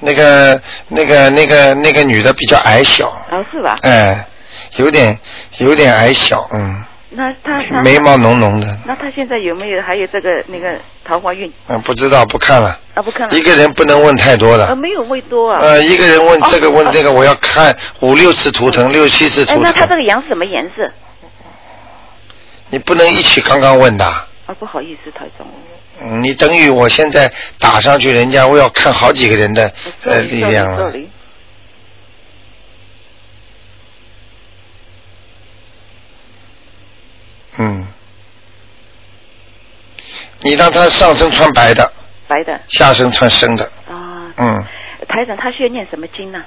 [SPEAKER 2] 那个、那个、那个、那个女的比较矮小，
[SPEAKER 5] 啊，是吧？
[SPEAKER 2] 哎，有点、有点矮小，嗯，
[SPEAKER 5] 那他他
[SPEAKER 2] 眉毛浓浓的，
[SPEAKER 5] 那他现在有没有还有这个那个桃花运
[SPEAKER 2] 嗯，不知道，不看了。
[SPEAKER 5] 啊？不看了
[SPEAKER 2] 一，个人不能问太多
[SPEAKER 5] 呃，
[SPEAKER 2] 的，
[SPEAKER 5] 没有味多啊。
[SPEAKER 2] 呃，一个人问这个
[SPEAKER 5] 哦
[SPEAKER 2] 问
[SPEAKER 5] 哦
[SPEAKER 2] 这个，我要看五六次图腾，六七次
[SPEAKER 5] 哎，
[SPEAKER 2] 图
[SPEAKER 5] 那他这
[SPEAKER 2] 腾，
[SPEAKER 5] 个羊是什么颜色？
[SPEAKER 2] 你不能一起刚刚问的。
[SPEAKER 5] 啊，不好意思，台中，
[SPEAKER 2] 嗯，你等于我现在打上去，人家我要看好几个人的
[SPEAKER 5] 我
[SPEAKER 2] 呃
[SPEAKER 5] sorry，
[SPEAKER 2] 力量了。
[SPEAKER 5] sorry，sorry
[SPEAKER 2] 嗯，你让他上身穿白的，
[SPEAKER 5] 白的
[SPEAKER 2] 下身穿深的。
[SPEAKER 5] 啊。
[SPEAKER 2] 嗯
[SPEAKER 5] 台长，他需要念什么经呢？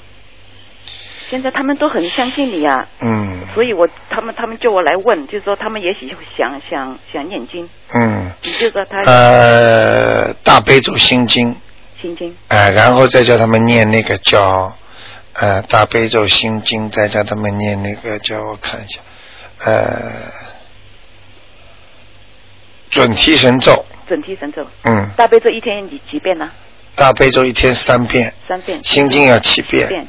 [SPEAKER 5] 现在他们都很相信你啊，
[SPEAKER 2] 嗯
[SPEAKER 5] 所以我他们他们叫我来问，就是说他们也许想想想念经，
[SPEAKER 2] 嗯，
[SPEAKER 5] 你就说他
[SPEAKER 2] 呃，大悲咒心经，
[SPEAKER 5] 心经
[SPEAKER 2] 哎、然后再叫他们念那个叫呃大悲咒心经，再叫他们念那个叫我看一下，呃，准提神咒，
[SPEAKER 5] 准提神咒，
[SPEAKER 2] 嗯，
[SPEAKER 5] 大悲咒一天几几遍呢？
[SPEAKER 2] 大悲咒一天三遍，
[SPEAKER 5] 三遍。
[SPEAKER 2] 心经要七
[SPEAKER 5] 一
[SPEAKER 2] 遍，
[SPEAKER 5] 遍。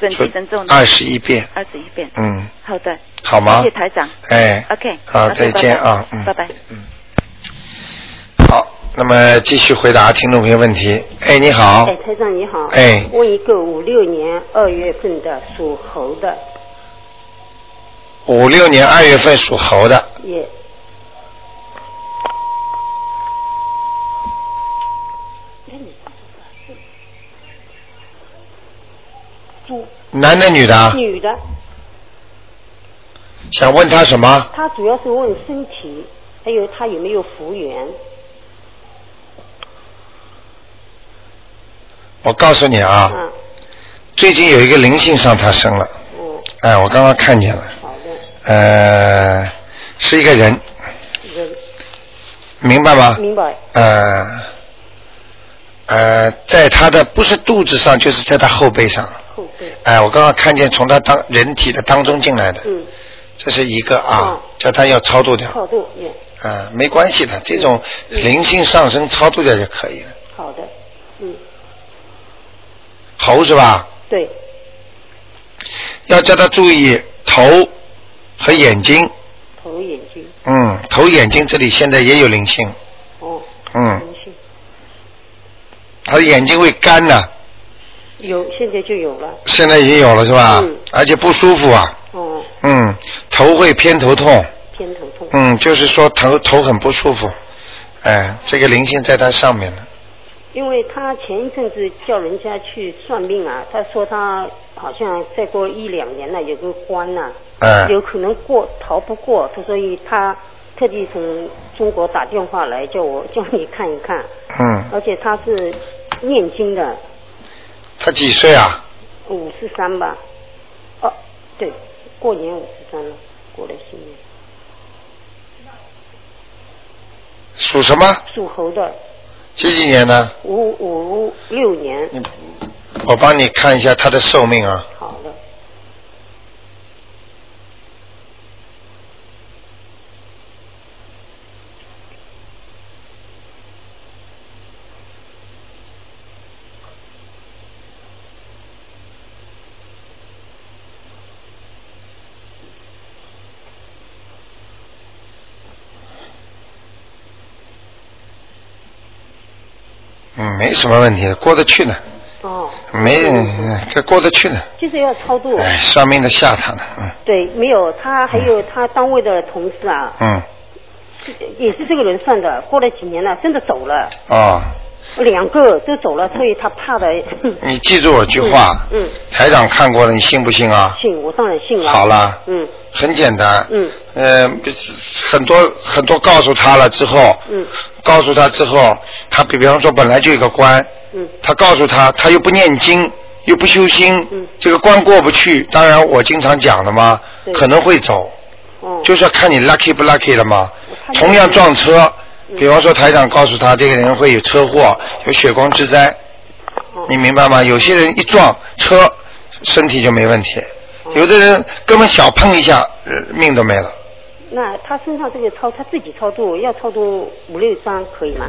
[SPEAKER 5] 准提神咒呢？
[SPEAKER 2] 二十一遍，
[SPEAKER 5] 二十一遍。
[SPEAKER 2] 哎嗯，
[SPEAKER 5] 好的，
[SPEAKER 2] 好吗？
[SPEAKER 5] 谢谢台长。
[SPEAKER 2] 哎
[SPEAKER 5] OK，
[SPEAKER 2] 好，
[SPEAKER 5] OK，
[SPEAKER 2] 再见啊，
[SPEAKER 5] 拜拜
[SPEAKER 2] 嗯，
[SPEAKER 5] 拜拜，
[SPEAKER 2] 嗯，好，那么继续回答听众朋友问题。哎，你好
[SPEAKER 6] 哎，，台长你好。
[SPEAKER 2] 哎
[SPEAKER 6] 问一个五六年二月份的属猴的，
[SPEAKER 2] 五六年二月份属猴的，
[SPEAKER 6] 也
[SPEAKER 2] 男的女的啊？
[SPEAKER 6] 女的，
[SPEAKER 2] 想问他什么？
[SPEAKER 6] 她主要是问身体，还有她有没有福缘。
[SPEAKER 2] 我告诉你啊，
[SPEAKER 7] 嗯
[SPEAKER 2] 最近有一个灵性上他身了，
[SPEAKER 6] 哦
[SPEAKER 7] 嗯，
[SPEAKER 2] 哎，我刚刚看见了，
[SPEAKER 7] 好的，
[SPEAKER 2] 呃，是一个人，
[SPEAKER 7] 这
[SPEAKER 2] 明白吗？
[SPEAKER 7] 明白。
[SPEAKER 2] 呃，呃，在他的不是肚子上，就是在他后背上。
[SPEAKER 7] 后背，
[SPEAKER 2] 哎，我刚刚看见从他当人体的当中进来的，
[SPEAKER 7] 嗯，
[SPEAKER 2] 这是一个啊
[SPEAKER 7] 哦，
[SPEAKER 2] 叫他要超度掉。
[SPEAKER 7] 超度也
[SPEAKER 2] 啊，没关系的，这种
[SPEAKER 7] 嗯
[SPEAKER 2] 灵性上升超度掉就可以了。
[SPEAKER 7] 好的，嗯，
[SPEAKER 2] 猴是吧？
[SPEAKER 7] 对，
[SPEAKER 2] 要叫他注意头和眼睛。
[SPEAKER 7] 头眼睛，
[SPEAKER 2] 嗯，头眼睛这里现在也有灵性。
[SPEAKER 7] 哦，
[SPEAKER 2] 嗯，
[SPEAKER 7] 灵性
[SPEAKER 2] 他的眼睛会干的、
[SPEAKER 7] 有，现在就有了，
[SPEAKER 2] 现在已经有了是吧？
[SPEAKER 7] 嗯
[SPEAKER 2] 而且不舒服啊。
[SPEAKER 7] 哦，
[SPEAKER 2] 嗯，头会偏头痛。
[SPEAKER 7] 偏头痛，
[SPEAKER 2] 嗯，就是说头头很不舒服，哎，这个灵性在它上面呢。
[SPEAKER 7] 因为他前一阵子叫人家去算命啊，他说他好像再过一两年了，有个关呐、
[SPEAKER 2] 嗯
[SPEAKER 7] 有可能过逃不过，他所以他特地从中国打电话来叫我叫你看一看，
[SPEAKER 2] 嗯，
[SPEAKER 7] 而且他是念经的，
[SPEAKER 2] 他几岁啊？
[SPEAKER 7] 五十三吧，哦，对，过年五十三了，过了新年，
[SPEAKER 2] 属什么？
[SPEAKER 7] 属猴的，
[SPEAKER 2] 几几年呢？
[SPEAKER 7] 五五六年，
[SPEAKER 2] 你，我帮你看一下他的寿命啊。
[SPEAKER 7] 好了，
[SPEAKER 2] 嗯，没什么问题的，过得去的，
[SPEAKER 7] 哦，
[SPEAKER 2] 没，嗯这过得去的。
[SPEAKER 7] 就是要超度。
[SPEAKER 2] 哎，算命的吓他了，嗯
[SPEAKER 7] 对，没有，他还有他单位的同事啊，
[SPEAKER 2] 嗯，
[SPEAKER 7] 也是这个人算的，过了几年了，真的走了，
[SPEAKER 2] 哦，
[SPEAKER 7] 两个都走了，所以他怕的。
[SPEAKER 2] 你记住我句话，
[SPEAKER 7] 嗯嗯
[SPEAKER 2] 台长看过了，你信不信啊？
[SPEAKER 7] 信，我当然信了。
[SPEAKER 2] 好了
[SPEAKER 7] 嗯
[SPEAKER 2] 很简单，
[SPEAKER 7] 嗯，
[SPEAKER 2] 呃，不是很多很多告诉他了之后，
[SPEAKER 7] 嗯，
[SPEAKER 2] 告诉他之后，他比比方说本来就有个关，
[SPEAKER 7] 嗯
[SPEAKER 2] 他告诉他，他又不念经，又不修心，
[SPEAKER 7] 嗯
[SPEAKER 2] 这个关过不去。当然，我经常讲的嘛，
[SPEAKER 7] 对
[SPEAKER 2] 可能会走，
[SPEAKER 7] 哦，
[SPEAKER 2] 就是要看你 lucky 不 lucky 了嘛
[SPEAKER 7] 我看。见嗯
[SPEAKER 2] 同样
[SPEAKER 7] 了
[SPEAKER 2] 撞车，比方说台长告诉他，这个人会有车祸，有血光之灾，
[SPEAKER 7] 哦
[SPEAKER 2] 你明白吗？有些人一撞车，身体就没问题，
[SPEAKER 7] 嗯
[SPEAKER 2] 有的人根本小碰一下，呃命都没了。
[SPEAKER 7] 那他身上这个超，他自己超度，要超度五六张可以吗？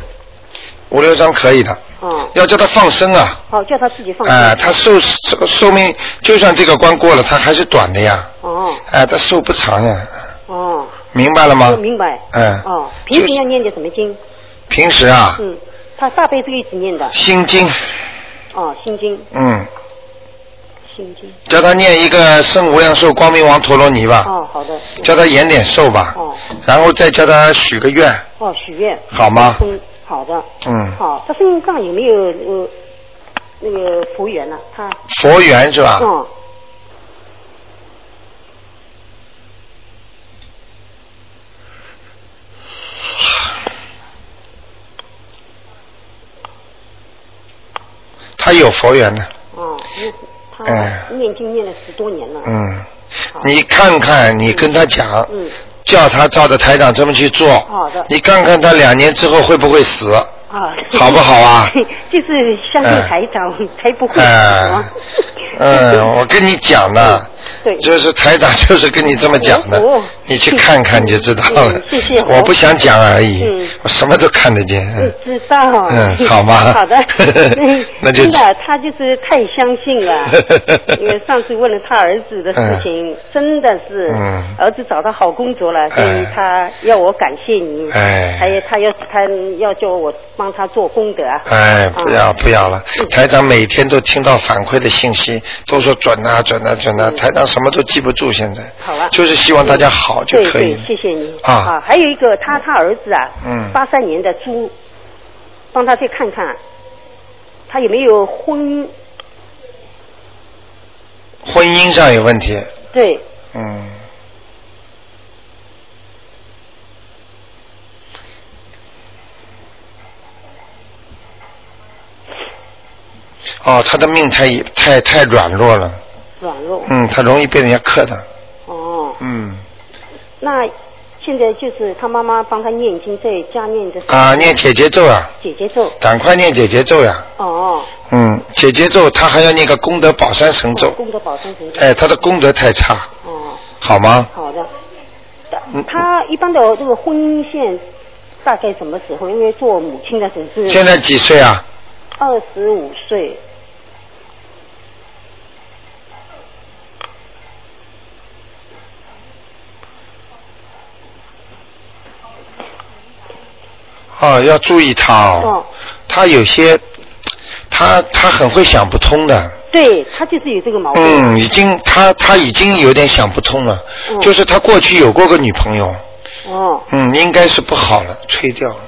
[SPEAKER 2] 五六张可以的，
[SPEAKER 7] 哦，
[SPEAKER 2] 要叫他放生啊！
[SPEAKER 7] 好，叫他自己放生。
[SPEAKER 2] 哎、他寿寿寿命就算这个关过了，他还是短的呀。
[SPEAKER 7] 哦
[SPEAKER 2] 哎、他寿不长呀，
[SPEAKER 7] 哦，
[SPEAKER 2] 明白了吗
[SPEAKER 7] 我？明白。
[SPEAKER 2] 嗯
[SPEAKER 7] 哦，平
[SPEAKER 2] 就
[SPEAKER 7] 时
[SPEAKER 2] 是
[SPEAKER 7] 要念的什么经？
[SPEAKER 2] 平时啊，
[SPEAKER 7] 嗯，他大悲咒一直念的。
[SPEAKER 2] 心经，
[SPEAKER 7] 哦，心经，
[SPEAKER 2] 嗯，
[SPEAKER 7] 心经。
[SPEAKER 2] 叫他念一个《圣无量寿光明王陀罗尼》吧，
[SPEAKER 7] 哦，好的。
[SPEAKER 2] 叫他延点寿吧，
[SPEAKER 7] 哦
[SPEAKER 2] 然后再叫他许个愿，
[SPEAKER 7] 哦，许愿。
[SPEAKER 2] 好吗
[SPEAKER 7] 嗯，好的。
[SPEAKER 2] 嗯
[SPEAKER 7] 好，他身上有没有呃那个佛缘呢？他。
[SPEAKER 2] 佛缘是吧？
[SPEAKER 7] 嗯。
[SPEAKER 2] 他有佛缘的，
[SPEAKER 7] 哦，因为
[SPEAKER 2] 哎
[SPEAKER 7] 他念经念了十多年了。。
[SPEAKER 2] 嗯，
[SPEAKER 7] 好
[SPEAKER 2] 你看看，你跟他讲，
[SPEAKER 7] 嗯。
[SPEAKER 2] 叫他照着台长这么去做，
[SPEAKER 7] 好的
[SPEAKER 2] 你看看他两年之后会不会
[SPEAKER 7] <laughs>
[SPEAKER 2] 死？
[SPEAKER 7] 啊。
[SPEAKER 2] 好不好啊
[SPEAKER 7] <laughs> 就是相信
[SPEAKER 2] 哎
[SPEAKER 7] 台长才不会死
[SPEAKER 2] 哎
[SPEAKER 7] 嘛。
[SPEAKER 2] 嗯，我跟你讲呢，
[SPEAKER 7] <laughs> 对
[SPEAKER 2] 就是台长就是跟你这么讲的
[SPEAKER 7] 哦，
[SPEAKER 2] 你去看看你就知道了
[SPEAKER 7] 嗯。谢谢
[SPEAKER 2] 我不想讲而已
[SPEAKER 7] 嗯，
[SPEAKER 2] 我什么都看得见。嗯
[SPEAKER 7] 知道。
[SPEAKER 2] 嗯好吗。
[SPEAKER 7] 好的
[SPEAKER 2] <laughs> 那就。
[SPEAKER 7] 真的，他就是太相信了
[SPEAKER 2] <laughs>
[SPEAKER 7] 因为上次问了他儿子的事情，真的是、
[SPEAKER 2] 嗯
[SPEAKER 7] 儿子找到好工作了，所以
[SPEAKER 2] 哎
[SPEAKER 7] 他要我感谢你。
[SPEAKER 2] 哎
[SPEAKER 7] 还有他要他要叫我帮他做功德。
[SPEAKER 2] 哎，不要
[SPEAKER 7] 啊
[SPEAKER 2] 不要了！台长每天都听到反馈的信息，都说准啊准啊准啊，台长什么都记不住，现在。
[SPEAKER 7] 嗯好啊
[SPEAKER 2] 就是希望大家好就可以
[SPEAKER 7] 对。对，谢谢你
[SPEAKER 2] 啊
[SPEAKER 7] 还有一个他他儿子啊，
[SPEAKER 2] 嗯
[SPEAKER 7] 八三年的猪，帮他再看看，他有没有婚姻？
[SPEAKER 2] 婚姻上有问题，
[SPEAKER 7] 对，
[SPEAKER 2] 嗯。哦，他的命太太太软弱了，
[SPEAKER 7] 软弱。
[SPEAKER 2] 嗯，他容易被人家克的，
[SPEAKER 7] 哦，
[SPEAKER 2] 嗯，
[SPEAKER 7] 那现在就是他妈妈帮他念经，在家念的。
[SPEAKER 2] 啊，念姐姐咒啊，
[SPEAKER 7] 姐姐咒。
[SPEAKER 2] 赶快念姐姐咒呀、
[SPEAKER 7] 哦。
[SPEAKER 2] 嗯，姐姐咒他还要念个功德宝山神咒，
[SPEAKER 7] 功德宝山神咒。
[SPEAKER 2] 嗯哎，他的功德太差，
[SPEAKER 7] 哦，
[SPEAKER 2] 好吗？
[SPEAKER 7] 好的。
[SPEAKER 2] 嗯
[SPEAKER 7] 他一般的这个婚姻线大概什么时候？因为做母亲的时候是
[SPEAKER 2] 现在几岁啊？
[SPEAKER 7] 二十五岁，
[SPEAKER 2] 哦，要注意他哦
[SPEAKER 7] 哦，
[SPEAKER 2] 他有些，他他很会想不通的，
[SPEAKER 7] 对他就是有这个毛病。
[SPEAKER 2] 嗯，已经他他已经有点想不通了，
[SPEAKER 7] 嗯
[SPEAKER 2] 就是他过去有过个女朋友，
[SPEAKER 7] 哦，
[SPEAKER 2] 嗯，应该是不好了，吹掉了，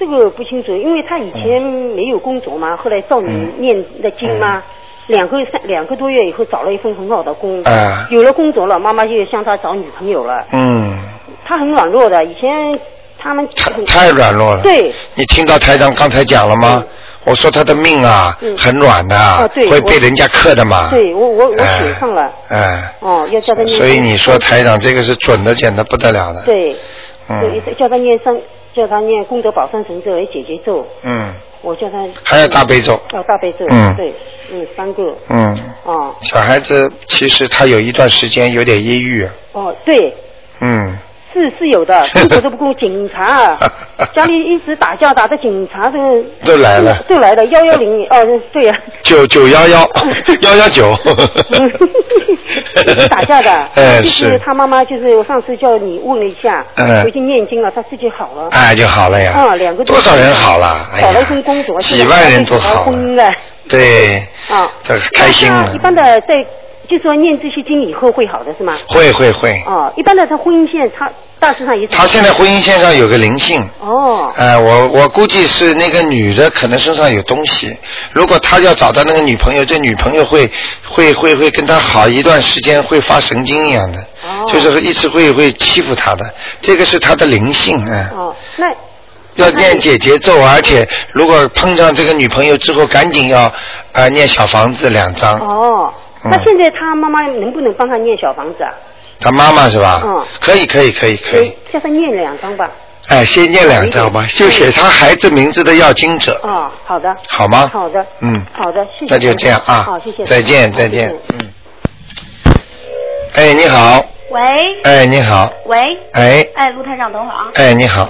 [SPEAKER 7] 这个不清楚，因为他以前没有工作
[SPEAKER 2] 嗯
[SPEAKER 7] 嘛，后来照你念的经嘛。两个三两个多月以后找了一份很好的工，
[SPEAKER 2] 啊
[SPEAKER 7] 有了工作了，妈妈就向他找女朋友了。
[SPEAKER 2] 嗯，
[SPEAKER 7] 他很软弱的，以前他们
[SPEAKER 2] 太太软弱了。
[SPEAKER 7] 对，
[SPEAKER 2] 你听到台长刚才讲了吗？我说他的命啊，
[SPEAKER 7] 嗯
[SPEAKER 2] 很软的、
[SPEAKER 7] 哦对
[SPEAKER 2] 会被人家克的嘛。
[SPEAKER 7] 对我我我
[SPEAKER 2] 哎
[SPEAKER 7] 写上了，
[SPEAKER 2] 哎，
[SPEAKER 7] 哦，要叫他念。
[SPEAKER 2] 所以你说台长这个是准的，简的不得了的。，
[SPEAKER 7] 对，
[SPEAKER 2] 嗯
[SPEAKER 7] 对，叫他念三，叫他念功德宝山神咒、哎姐姐咒，
[SPEAKER 2] 嗯，
[SPEAKER 7] 我叫他
[SPEAKER 2] 还有大悲咒，
[SPEAKER 7] 哦大悲咒，
[SPEAKER 2] 嗯
[SPEAKER 7] 对，嗯，三个，
[SPEAKER 2] 嗯，
[SPEAKER 7] 哦
[SPEAKER 2] 小孩子其实他有一段时间有点抑郁，啊
[SPEAKER 7] 哦对，
[SPEAKER 2] 嗯，
[SPEAKER 7] 是是有的，工作都不够，警察家里一直打架，打的警察这个
[SPEAKER 2] 都来了，
[SPEAKER 7] 都来了，幺幺零哦对呀、
[SPEAKER 2] 九九幺
[SPEAKER 7] <laughs>
[SPEAKER 2] 幺幺幺九
[SPEAKER 7] 嗯一直，打架的，
[SPEAKER 2] <laughs> 哎
[SPEAKER 7] 就是
[SPEAKER 2] 是，
[SPEAKER 7] 他妈妈，就是我上次叫你问了一下，
[SPEAKER 2] 嗯
[SPEAKER 7] 回去念经了，他自己好了，
[SPEAKER 2] 哎就好了呀，
[SPEAKER 7] 啊，两个
[SPEAKER 2] 多少人好了，哎
[SPEAKER 7] 找了一
[SPEAKER 2] 呀
[SPEAKER 7] 份工作，，
[SPEAKER 2] 几万人都好
[SPEAKER 7] 婚姻
[SPEAKER 2] 了，
[SPEAKER 7] 了。
[SPEAKER 2] 对，
[SPEAKER 7] 啊，
[SPEAKER 2] 这是开心
[SPEAKER 7] 那
[SPEAKER 2] 了
[SPEAKER 7] 他一，般的在就说念这些经以后会好的是吗？
[SPEAKER 2] 会会会，
[SPEAKER 7] 哦，一般的他婚姻线他大致上也是
[SPEAKER 2] 他现在婚姻线上有个灵性，
[SPEAKER 7] 哦
[SPEAKER 2] 呃，我我估计是那个女的可能身上有东西。如果他要找到那个女朋友，这女朋友会会会会跟他好一段时间，会发神经一样的，
[SPEAKER 7] 哦
[SPEAKER 2] 就是一直会会欺负他的。这个是他的灵性啊、嗯
[SPEAKER 7] 哦，那
[SPEAKER 2] 要念姐姐咒，啊而且如果碰上这个女朋友之后，赶紧要呃念小房子两张。
[SPEAKER 7] 哦。
[SPEAKER 2] 嗯
[SPEAKER 7] 那现在他妈妈能不能帮他念小房子啊？
[SPEAKER 2] 他妈妈是吧？
[SPEAKER 7] 嗯
[SPEAKER 2] 可以可以可以可以。，
[SPEAKER 7] 叫他念两张吧。
[SPEAKER 2] 哎，先念两张吧，就写他孩子名字的要经者。
[SPEAKER 7] 嗯哦，好的。
[SPEAKER 2] 好吗
[SPEAKER 7] 好的。
[SPEAKER 2] 嗯
[SPEAKER 7] 好的，谢谢。
[SPEAKER 2] 那就这样啊，
[SPEAKER 7] 好，谢谢。
[SPEAKER 2] 再见，
[SPEAKER 7] 好
[SPEAKER 2] 再
[SPEAKER 7] 谢谢
[SPEAKER 2] 见，嗯。哎，你好，
[SPEAKER 8] 喂
[SPEAKER 2] 哎，你好，
[SPEAKER 8] 喂，
[SPEAKER 2] 哎，
[SPEAKER 8] 哎，卢台长，等会儿啊。
[SPEAKER 2] 哎，你好，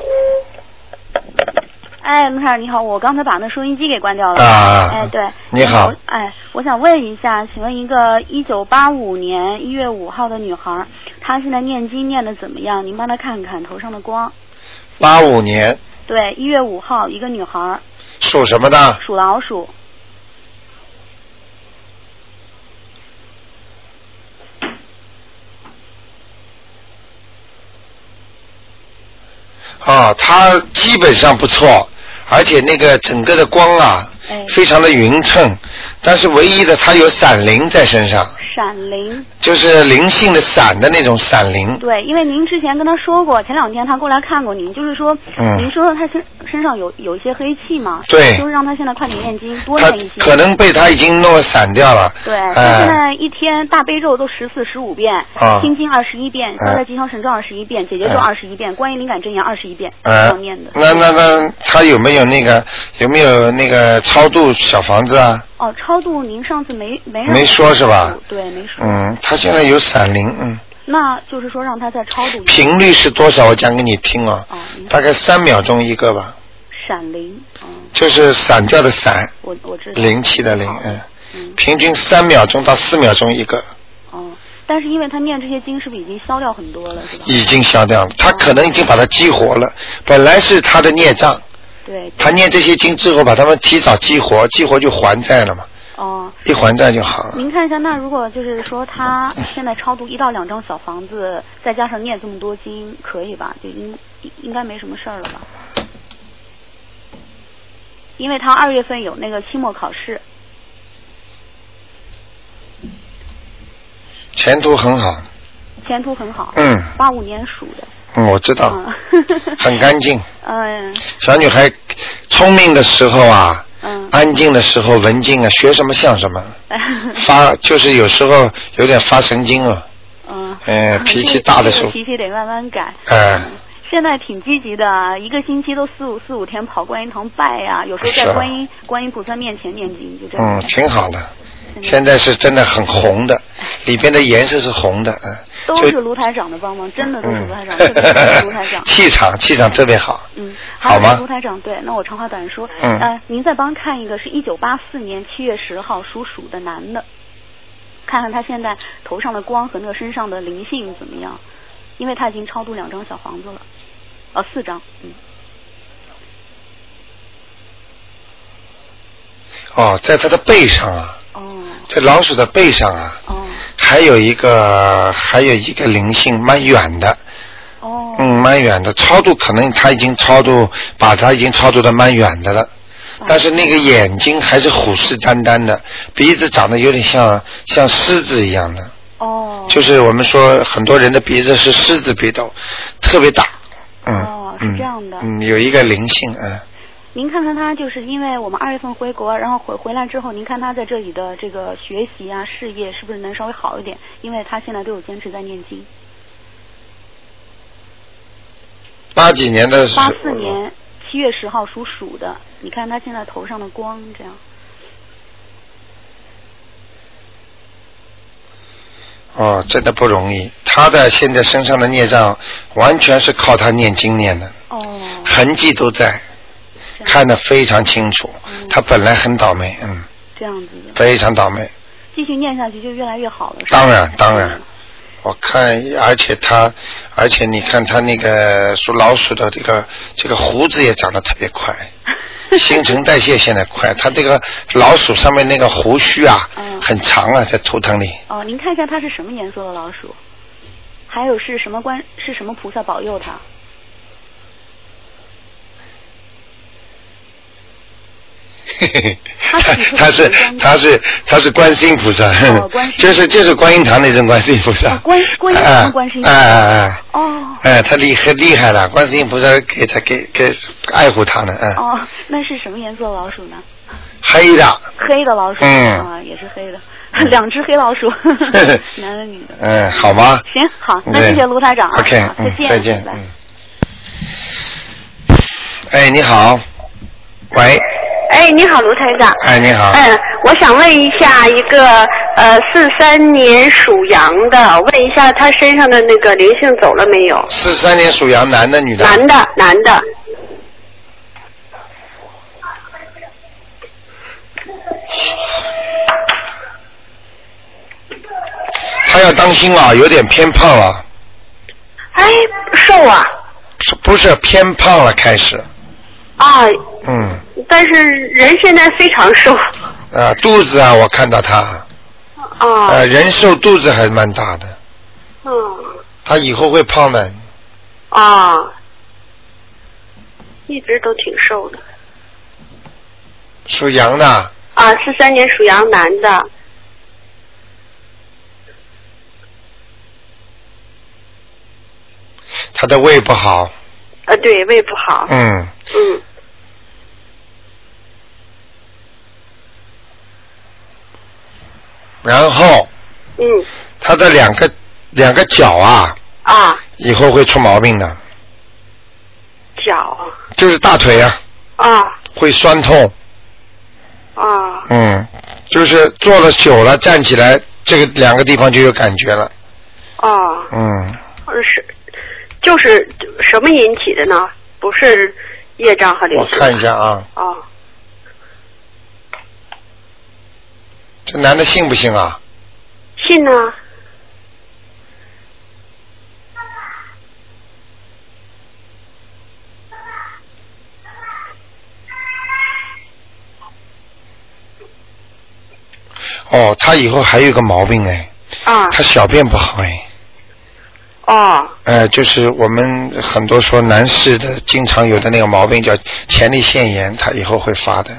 [SPEAKER 8] 哎，卢台长你好，我刚才把那收音机给关掉
[SPEAKER 7] 哦
[SPEAKER 8] 了。
[SPEAKER 2] 啊
[SPEAKER 8] 哎，对。
[SPEAKER 2] 你好
[SPEAKER 8] 我哎，我想问一下，请问一个一九八五年一月五号的女孩，她现在念经念的怎么样？您帮她看看头上的光。
[SPEAKER 2] 八五年
[SPEAKER 8] 对，一月五号，一个女孩，
[SPEAKER 2] 属什么的？
[SPEAKER 8] 属老鼠。
[SPEAKER 2] 啊，他基本上不错，而且那个整个的光啊，
[SPEAKER 8] 哎，
[SPEAKER 2] 非常的匀称，但是唯一的他有闪灵在身上，
[SPEAKER 8] 闪灵。
[SPEAKER 2] 就是灵性的闪的那种闪灵。
[SPEAKER 8] 对，因为您之前跟她说过，前两天她过来看过您，就是说，
[SPEAKER 2] 嗯
[SPEAKER 8] 您说她身身上有有一些黑气嘛，
[SPEAKER 2] 对
[SPEAKER 8] 就是让她现在快点念经，多
[SPEAKER 2] 他
[SPEAKER 8] 念一些。
[SPEAKER 2] 可能被他已经弄散掉了。
[SPEAKER 8] 对，
[SPEAKER 2] 哎、
[SPEAKER 8] 他现在一天大悲咒都十四十五遍，
[SPEAKER 2] 啊
[SPEAKER 8] 心经二十一遍，消
[SPEAKER 2] 哎
[SPEAKER 8] 灾吉祥神咒二十一遍，姐姐咒
[SPEAKER 2] 哎
[SPEAKER 8] 二十一遍，观音灵感真言二十一遍，
[SPEAKER 2] 呃
[SPEAKER 8] 要念的，。
[SPEAKER 2] 那那那他有没有那个有没有那个超度小房子啊？
[SPEAKER 8] 哦，超度您上次没没让
[SPEAKER 2] 没说是吧？
[SPEAKER 8] 对，没说。
[SPEAKER 2] 嗯，他现在有闪灵，嗯，
[SPEAKER 8] 那就是说让他再超度一下
[SPEAKER 2] 频率是多少？我讲给你听哦
[SPEAKER 8] 哦明，白
[SPEAKER 2] 大概三秒钟一个吧，
[SPEAKER 8] 闪灵。嗯，
[SPEAKER 2] 就是散掉的散，
[SPEAKER 8] 我我知道。
[SPEAKER 2] 灵气的灵
[SPEAKER 8] 好，
[SPEAKER 2] 嗯，
[SPEAKER 8] 嗯
[SPEAKER 2] 平均三秒钟到四秒钟一个，
[SPEAKER 8] 哦，但是因为他念这些经，是不是已经消掉很多了，是吧？
[SPEAKER 2] 已经消掉了。他可能已经把它激活了，本来是他的孽障，
[SPEAKER 8] 对。对
[SPEAKER 2] 他念这些经之后，把他们提早激活，激活就还债了嘛，
[SPEAKER 8] 哦，
[SPEAKER 2] 一还债就好了。
[SPEAKER 8] 您看一下，那如果就是说他现在超度一到两张小房子，再加上念这么多经，可以吧？就应应该没什么事儿了吧？因为他二月份有那个期末考试，
[SPEAKER 2] 前途很好，
[SPEAKER 8] 前途很好。
[SPEAKER 2] 嗯
[SPEAKER 8] 八五年属的。
[SPEAKER 2] 嗯，我知道，
[SPEAKER 8] 嗯。
[SPEAKER 2] 很干净。
[SPEAKER 8] 嗯 <laughs>
[SPEAKER 2] 小女孩聪明的时候啊，
[SPEAKER 8] 嗯。 <laughs>
[SPEAKER 2] 安静的时候文静啊，学什么像什么，发就是有时候有点发神经啊，
[SPEAKER 8] 嗯，
[SPEAKER 2] 哎脾气大的
[SPEAKER 8] <laughs>
[SPEAKER 2] 时候
[SPEAKER 8] 这个脾气得慢慢改。
[SPEAKER 2] 哎、
[SPEAKER 8] 现在挺积极的啊，一个星期都四五四五天跑观音堂拜呀、有时候
[SPEAKER 2] 是啊
[SPEAKER 8] 在观音观音菩萨面前念经，就这样。
[SPEAKER 2] 嗯，挺好的。现在是真的很红的，
[SPEAKER 8] 哎
[SPEAKER 2] 里边的颜色是红的，嗯，
[SPEAKER 8] 都
[SPEAKER 2] 就是
[SPEAKER 8] 卢台长的帮忙，真的都是卢台
[SPEAKER 2] 嗯
[SPEAKER 8] 长，特别是卢台
[SPEAKER 2] <laughs>
[SPEAKER 8] 长。
[SPEAKER 2] 气场气场特别好，
[SPEAKER 8] 嗯，还
[SPEAKER 2] 好
[SPEAKER 8] 有
[SPEAKER 2] 吗
[SPEAKER 8] 卢台长，对，那我长话短说，
[SPEAKER 2] 嗯
[SPEAKER 8] 呃，您再帮看一个，是一九八四年七月十号属鼠的男的，看看他现在头上的光和那个身上的灵性怎么样，因为他已经超度两张小房子了，呃，四张，嗯，
[SPEAKER 2] 哦，在它的背上啊，
[SPEAKER 8] 哦
[SPEAKER 2] 在老鼠的背上啊，
[SPEAKER 8] 哦
[SPEAKER 2] 还有一个还有一个灵性蛮远的，
[SPEAKER 8] 哦，
[SPEAKER 2] 嗯，蛮远的，超度可能他已经超度，把他已经超度的蛮远的了。
[SPEAKER 8] 哦
[SPEAKER 2] 但是那个眼睛还是虎视眈眈的，鼻子长得有点像像狮子一样的，
[SPEAKER 8] 哦
[SPEAKER 2] 就是我们说很多人的鼻子是狮子鼻头，特别大。嗯，
[SPEAKER 8] 哦是
[SPEAKER 2] 嗯
[SPEAKER 8] 这样的
[SPEAKER 2] 嗯，有一个灵性，嗯，
[SPEAKER 8] 您看看他，就是因为我们二月份回国，然后回回来之后，您看他在这里的这个学习啊、事业是不是能稍微好一点？因为他现在都有坚持在念经。
[SPEAKER 2] 八几年的时候
[SPEAKER 8] 八四年七月十号属鼠的，你看他现在头上的光这样。
[SPEAKER 2] 哦，真的不容易。他的现在身上的孽障，完全是靠他念经念的，
[SPEAKER 8] 哦，
[SPEAKER 2] 痕迹都在，
[SPEAKER 8] 这样
[SPEAKER 2] 看得非常清楚。
[SPEAKER 8] 嗯
[SPEAKER 2] 他本来很倒霉，嗯，
[SPEAKER 8] 这样子的，
[SPEAKER 2] 非常倒霉。
[SPEAKER 8] 继续念下去就越来越好了。是吧
[SPEAKER 2] 当然，当然，我看，而且他，而且你看他那个属老鼠的这个这个胡子也长得特别
[SPEAKER 8] <laughs>
[SPEAKER 2] 快，新陈代谢现在快。他这个老鼠上面那个胡须啊，
[SPEAKER 8] 嗯
[SPEAKER 2] 很长啊，在图腾里。
[SPEAKER 8] 哦，您看一下它是什么颜色的老鼠，还有是什么关是什么菩萨保佑它？
[SPEAKER 2] 他他
[SPEAKER 8] 他是
[SPEAKER 2] 是他是他是观世音菩萨，
[SPEAKER 8] 哦观世音
[SPEAKER 2] 就是就是观音堂那种观世音菩萨。
[SPEAKER 8] 哦观观音堂的观世音菩萨
[SPEAKER 2] 哎哎
[SPEAKER 8] 哦
[SPEAKER 2] 哎，哎，他厉害厉害了，观世音菩萨给他给给爱护他呢，嗯，
[SPEAKER 8] 哦，那是什么颜色的老鼠呢？
[SPEAKER 2] 黑的，
[SPEAKER 8] 黑的老鼠、
[SPEAKER 2] 嗯
[SPEAKER 8] 啊，也是黑的， <laughs> 两只黑
[SPEAKER 2] <laughs>
[SPEAKER 8] 老鼠，男的女的。
[SPEAKER 2] 嗯，好吗？
[SPEAKER 8] 行好那谢谢卢台长啊
[SPEAKER 2] OK，
[SPEAKER 8] 好再
[SPEAKER 2] 嗯
[SPEAKER 8] 见
[SPEAKER 2] 再见，
[SPEAKER 8] 拜拜
[SPEAKER 2] 嗯。哎，你好，喂，
[SPEAKER 7] 哎，你好，卢台长。
[SPEAKER 2] 哎，你好，
[SPEAKER 7] 嗯，我想问一下一个呃四三年属羊的，问一下他身上的那个灵性走了没有？
[SPEAKER 2] 四三年属羊，男的女的？
[SPEAKER 7] 男的，男的，
[SPEAKER 2] 他要当心啊，有点偏胖啊了，
[SPEAKER 7] 哎，瘦啊
[SPEAKER 2] 是不是偏胖了？开始，
[SPEAKER 7] 啊，
[SPEAKER 2] 嗯。
[SPEAKER 7] 但是人现在非常瘦
[SPEAKER 2] 啊，肚子啊，我看到他，
[SPEAKER 8] 哦
[SPEAKER 7] 啊，
[SPEAKER 2] 呃，人瘦肚子还蛮大的，
[SPEAKER 7] 嗯
[SPEAKER 2] 他以后会胖的。
[SPEAKER 7] 啊，一直都挺瘦的
[SPEAKER 2] 属羊的，
[SPEAKER 7] 啊，四三年属羊男的，
[SPEAKER 2] 他的胃不好，
[SPEAKER 7] 呃，对，胃不好，
[SPEAKER 2] 嗯，
[SPEAKER 7] 嗯，
[SPEAKER 2] 然后
[SPEAKER 7] 嗯，
[SPEAKER 2] 他的两个两个脚啊，
[SPEAKER 7] 啊，
[SPEAKER 2] 以后会出毛病的，
[SPEAKER 7] 脚
[SPEAKER 2] 就是大腿啊
[SPEAKER 7] 啊
[SPEAKER 2] 会酸痛，
[SPEAKER 7] 啊
[SPEAKER 2] 嗯，就是坐了久了站起来，这个两个地方就有感觉了，
[SPEAKER 7] 啊，
[SPEAKER 2] 嗯，
[SPEAKER 7] 呃是，就是什么引起的呢？不是业障和灵
[SPEAKER 2] 我
[SPEAKER 7] 性。
[SPEAKER 2] 看一。下啊，
[SPEAKER 7] 哦，
[SPEAKER 2] 这男的信不信啊？
[SPEAKER 7] 信呢？
[SPEAKER 2] 哦，他以后还有一个毛病哎，
[SPEAKER 7] 啊，
[SPEAKER 2] 他小便不好哎。
[SPEAKER 7] 哦，
[SPEAKER 2] 呃，就是我们很多说男士的经常有的那个毛病叫前列腺炎，他以后会发的。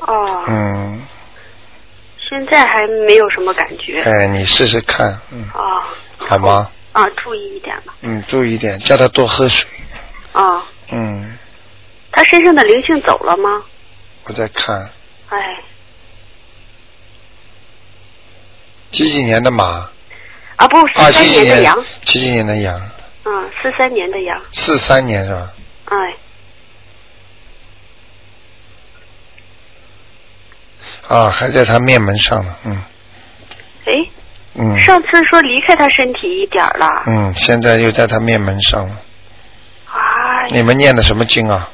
[SPEAKER 7] 哦，
[SPEAKER 2] 嗯，
[SPEAKER 7] 现在还没有什么感觉。
[SPEAKER 2] 哎，你试试看，嗯，
[SPEAKER 7] 哦，
[SPEAKER 2] 好吗？
[SPEAKER 7] 啊，注意一点吧。
[SPEAKER 2] 嗯，注意点，叫他多喝水。
[SPEAKER 7] 啊，
[SPEAKER 2] 嗯，
[SPEAKER 7] 他身上的灵性走了吗？
[SPEAKER 2] 我在看
[SPEAKER 7] 哎，
[SPEAKER 2] 几几年的马，
[SPEAKER 7] 啊不，四
[SPEAKER 2] 啊
[SPEAKER 7] 三
[SPEAKER 2] 几几
[SPEAKER 7] 年的
[SPEAKER 2] 年
[SPEAKER 7] 羊，，
[SPEAKER 2] 几几年的羊，
[SPEAKER 7] 嗯，四三年的羊，
[SPEAKER 2] 四三年是吧？
[SPEAKER 7] 哎，
[SPEAKER 2] 啊，还在他面门上呢，嗯
[SPEAKER 7] 哎，
[SPEAKER 2] 嗯
[SPEAKER 7] 上次说离开他身体一点儿了，
[SPEAKER 2] 嗯，现在又在他面门上了。
[SPEAKER 7] 哎，
[SPEAKER 2] 你们念的什么经啊？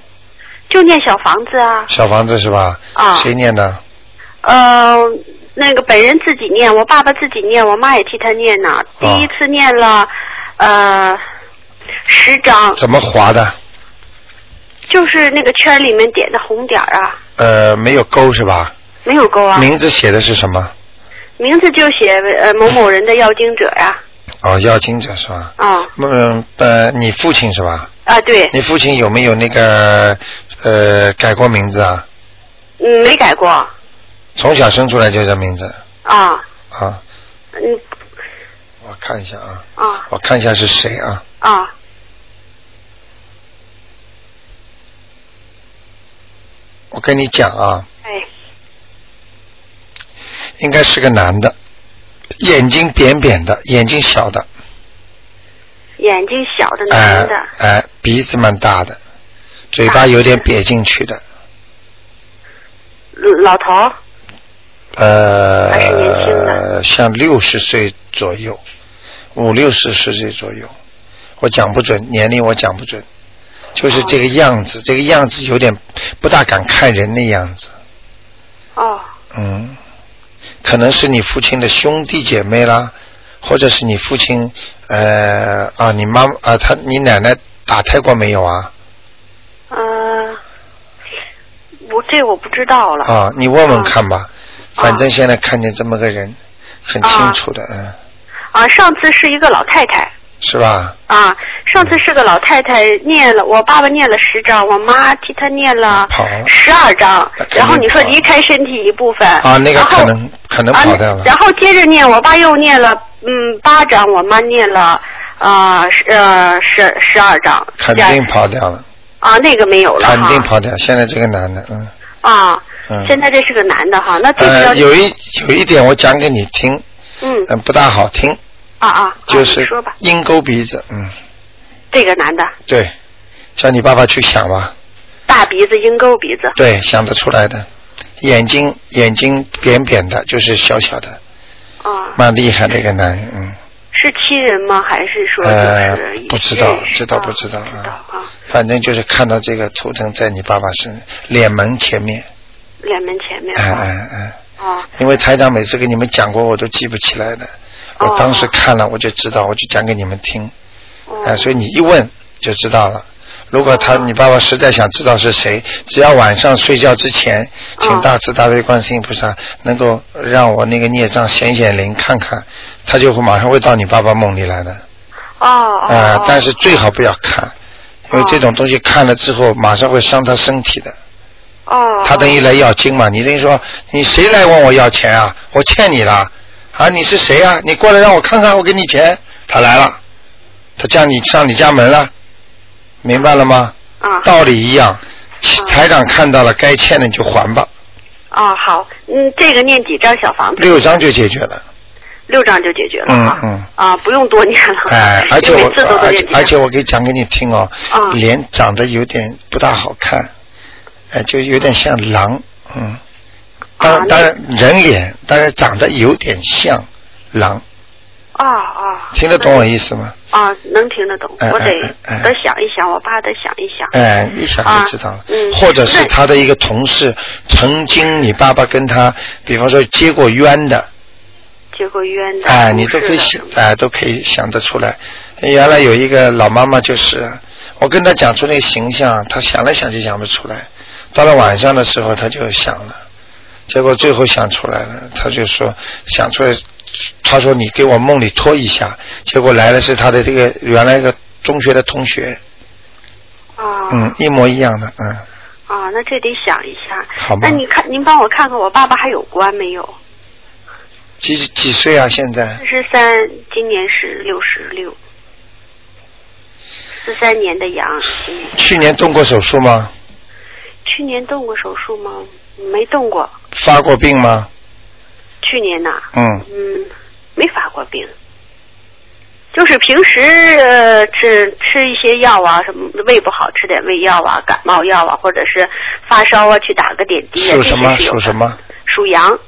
[SPEAKER 7] 就念小房子啊，
[SPEAKER 2] 小房子是吧？
[SPEAKER 7] 啊
[SPEAKER 2] 谁念的？
[SPEAKER 7] 呃，那个本人自己念，我爸爸自己念，我妈也替他念
[SPEAKER 2] 啊
[SPEAKER 7] 呢。第一次念了，呃，十张，
[SPEAKER 2] 怎么划的？
[SPEAKER 7] 就是那个圈里面点的红点儿啊，
[SPEAKER 2] 呃，没有勾是吧？
[SPEAKER 7] 没有勾啊。
[SPEAKER 2] 名字写的是什么？
[SPEAKER 7] 名字就写呃某某人的要经者啊，
[SPEAKER 2] 哦，要经者是吧？
[SPEAKER 7] 啊
[SPEAKER 2] 嗯呃，你父亲是吧？
[SPEAKER 7] 啊对，
[SPEAKER 2] 你父亲有没有那个呃改过名字啊？
[SPEAKER 7] 嗯没改过
[SPEAKER 2] 从小生出来就这名字
[SPEAKER 7] 啊，
[SPEAKER 2] 啊？
[SPEAKER 7] 嗯
[SPEAKER 2] 我看一下啊，
[SPEAKER 7] 啊
[SPEAKER 2] 我看一下是谁啊？
[SPEAKER 7] 啊
[SPEAKER 2] 我跟你讲啊，
[SPEAKER 7] 哎
[SPEAKER 2] 应该是个男的，眼睛扁扁的，眼睛小的，
[SPEAKER 7] 眼睛小的
[SPEAKER 2] 哎
[SPEAKER 7] 嗯男的，
[SPEAKER 2] 哎、鼻子蛮大的，嘴
[SPEAKER 7] 大
[SPEAKER 2] 巴有点瘪进去的，
[SPEAKER 7] 老头儿还是年轻
[SPEAKER 2] 呃，
[SPEAKER 7] 的
[SPEAKER 2] 像六十岁左右，五六十十岁左右，我讲不准年龄，我讲不准，就是这个样子，这个样子有点不大敢看人的样子，
[SPEAKER 7] 哦
[SPEAKER 2] 嗯，可能是你父亲的兄弟姐妹啦，或者是你父亲，呃啊，你妈啊，他你奶奶打胎过没有啊？
[SPEAKER 7] 呃，我这我不知道了
[SPEAKER 2] 啊，你问问看吧，
[SPEAKER 7] 啊
[SPEAKER 2] 反正现在看见这么个人，很清楚的，嗯，
[SPEAKER 7] 啊上次是一个老太太。
[SPEAKER 2] 是吧？
[SPEAKER 7] 啊，上次是个老太太念了，我爸爸念了十张，我妈替她念了
[SPEAKER 2] 跑了
[SPEAKER 7] 十二张
[SPEAKER 2] 那肯，定
[SPEAKER 7] 然后你说
[SPEAKER 2] 跑了
[SPEAKER 7] 离开身体一部分
[SPEAKER 2] 啊，那个
[SPEAKER 7] 然后
[SPEAKER 2] 可能可能跑掉
[SPEAKER 7] 啊
[SPEAKER 2] 了。。
[SPEAKER 7] 然后接着念，我爸又念了嗯八张，我妈念了啊十呃十十二张，
[SPEAKER 2] 肯
[SPEAKER 7] 这
[SPEAKER 2] 定
[SPEAKER 7] 样
[SPEAKER 2] 跑掉了，
[SPEAKER 7] 啊那个没有了哈
[SPEAKER 2] 肯定跑掉。现在这个男的，嗯
[SPEAKER 7] 啊，
[SPEAKER 2] 嗯。
[SPEAKER 7] 现在这是个男的哈，那最近要、
[SPEAKER 2] 呃，有一有一点我讲给你听，
[SPEAKER 7] 嗯
[SPEAKER 2] 嗯，不大好听，
[SPEAKER 7] 啊啊，
[SPEAKER 2] 就
[SPEAKER 7] 啊你
[SPEAKER 2] 是
[SPEAKER 7] 说吧，
[SPEAKER 2] 鹰钩鼻子，嗯，
[SPEAKER 7] 这个男的
[SPEAKER 2] 对，叫你爸爸去想吧，
[SPEAKER 7] 大鼻子鹰钩鼻子，
[SPEAKER 2] 对，想得出来的，眼睛眼睛扁扁的，就是小小的，
[SPEAKER 7] 啊
[SPEAKER 2] 蛮厉害的一个男人，嗯，
[SPEAKER 7] 是亲人吗？还是说就
[SPEAKER 2] 呃
[SPEAKER 7] 是也，
[SPEAKER 2] 不知道
[SPEAKER 7] 认，识
[SPEAKER 2] 知道
[SPEAKER 7] 啊
[SPEAKER 2] 不知道
[SPEAKER 7] 不知道
[SPEAKER 2] 啊
[SPEAKER 7] 啊，
[SPEAKER 2] 反正就是看到这个图腾在你爸爸身脸门前面，
[SPEAKER 7] 脸门前面
[SPEAKER 2] 哎
[SPEAKER 7] 啊
[SPEAKER 2] 哎哎。
[SPEAKER 7] 啊
[SPEAKER 2] 因为台长每次跟你们讲过，我都记不起来的。我
[SPEAKER 7] 哦
[SPEAKER 2] 当时看了，我就知道，我就讲给你们听。
[SPEAKER 7] 哦
[SPEAKER 2] 哎，所以你一问就知道了。如果他
[SPEAKER 7] 哦
[SPEAKER 2] 你爸爸实在想知道是谁，只要晚上睡觉之前，请
[SPEAKER 7] 哦
[SPEAKER 2] 大慈大悲观世音菩萨能够让我那个孽障显显灵看看，他就会马上会到你爸爸梦里来的。
[SPEAKER 7] 哦哦，
[SPEAKER 2] 啊
[SPEAKER 7] 哦，
[SPEAKER 2] 但是最好不要看，因为这种东西看了之后，马上会伤他身体的。
[SPEAKER 7] 哦
[SPEAKER 2] 他等于来要经嘛，你等于说你谁来问我要钱啊？我欠你了啊？你是谁啊？你过来让我看看，我给你钱。他来了，他叫你上你家门了，明白了吗？
[SPEAKER 7] 啊
[SPEAKER 2] 道理一样，其台长看到了，该欠的你就还吧，
[SPEAKER 7] 啊好，嗯，这个念几张小房子？
[SPEAKER 2] 六张就解决了。
[SPEAKER 7] 六张就解决了
[SPEAKER 2] 嗯
[SPEAKER 7] 啊
[SPEAKER 2] 嗯
[SPEAKER 7] 啊，不用多念了。
[SPEAKER 2] 哎，而且
[SPEAKER 7] 因为
[SPEAKER 2] 我
[SPEAKER 7] 每次都多
[SPEAKER 2] 而
[SPEAKER 7] 念
[SPEAKER 2] 且
[SPEAKER 7] 几张
[SPEAKER 2] 而且我给讲给你听哦，
[SPEAKER 7] 啊
[SPEAKER 2] 脸长得有点不大好看，哎，就有点像狼，嗯，当
[SPEAKER 7] 啊
[SPEAKER 2] 然
[SPEAKER 7] 那
[SPEAKER 2] 当然人脸，但是长得有点像狼。
[SPEAKER 7] 啊啊，
[SPEAKER 2] 听得懂我意思吗？
[SPEAKER 7] 啊，能听得懂，
[SPEAKER 2] 哎
[SPEAKER 7] 我得
[SPEAKER 2] 哎哎哎
[SPEAKER 7] 得想一想，我爸得想一想。
[SPEAKER 2] 哎，一想就知道了。
[SPEAKER 7] 啊嗯
[SPEAKER 2] 或者是
[SPEAKER 7] 那
[SPEAKER 2] 他的一个同事，曾经你爸爸跟他，比方说结过冤的，
[SPEAKER 7] 结过冤的，
[SPEAKER 2] 哎，你都
[SPEAKER 7] 同
[SPEAKER 2] 可以
[SPEAKER 7] 事
[SPEAKER 2] 想
[SPEAKER 7] 的，
[SPEAKER 2] 哎，都可以想得出来。原来有一个老妈妈就是，我跟她讲出那个形象，她想来想去想不出来，到了晚上的时候她就想了，结果最后想出来了，她就说想出来，她说你给我梦里拖一下，结果来的是她的这个原来一个中学的同学，
[SPEAKER 7] 啊，
[SPEAKER 2] 嗯，一模一样的，嗯。
[SPEAKER 7] 啊，那这得想一下。
[SPEAKER 2] 好吧
[SPEAKER 7] 那你看，您帮我看看我爸爸还有关没有？
[SPEAKER 2] 几几岁啊？现在
[SPEAKER 7] 四十三，今年是六十六。四三年的羊，今年
[SPEAKER 2] 去年动过手术吗？
[SPEAKER 7] 去年动过手术吗？没动过，
[SPEAKER 2] 发过病吗？
[SPEAKER 7] 去年呐、
[SPEAKER 2] 嗯，
[SPEAKER 7] 嗯，没发过病，就是平时呃吃吃一些药啊，什么胃不好吃点胃药啊，感冒药啊，或者是发烧啊，去打个点滴啊，
[SPEAKER 2] 属什么？
[SPEAKER 7] 这些是有
[SPEAKER 2] 属
[SPEAKER 7] 的
[SPEAKER 2] 什？么？
[SPEAKER 7] 属羊，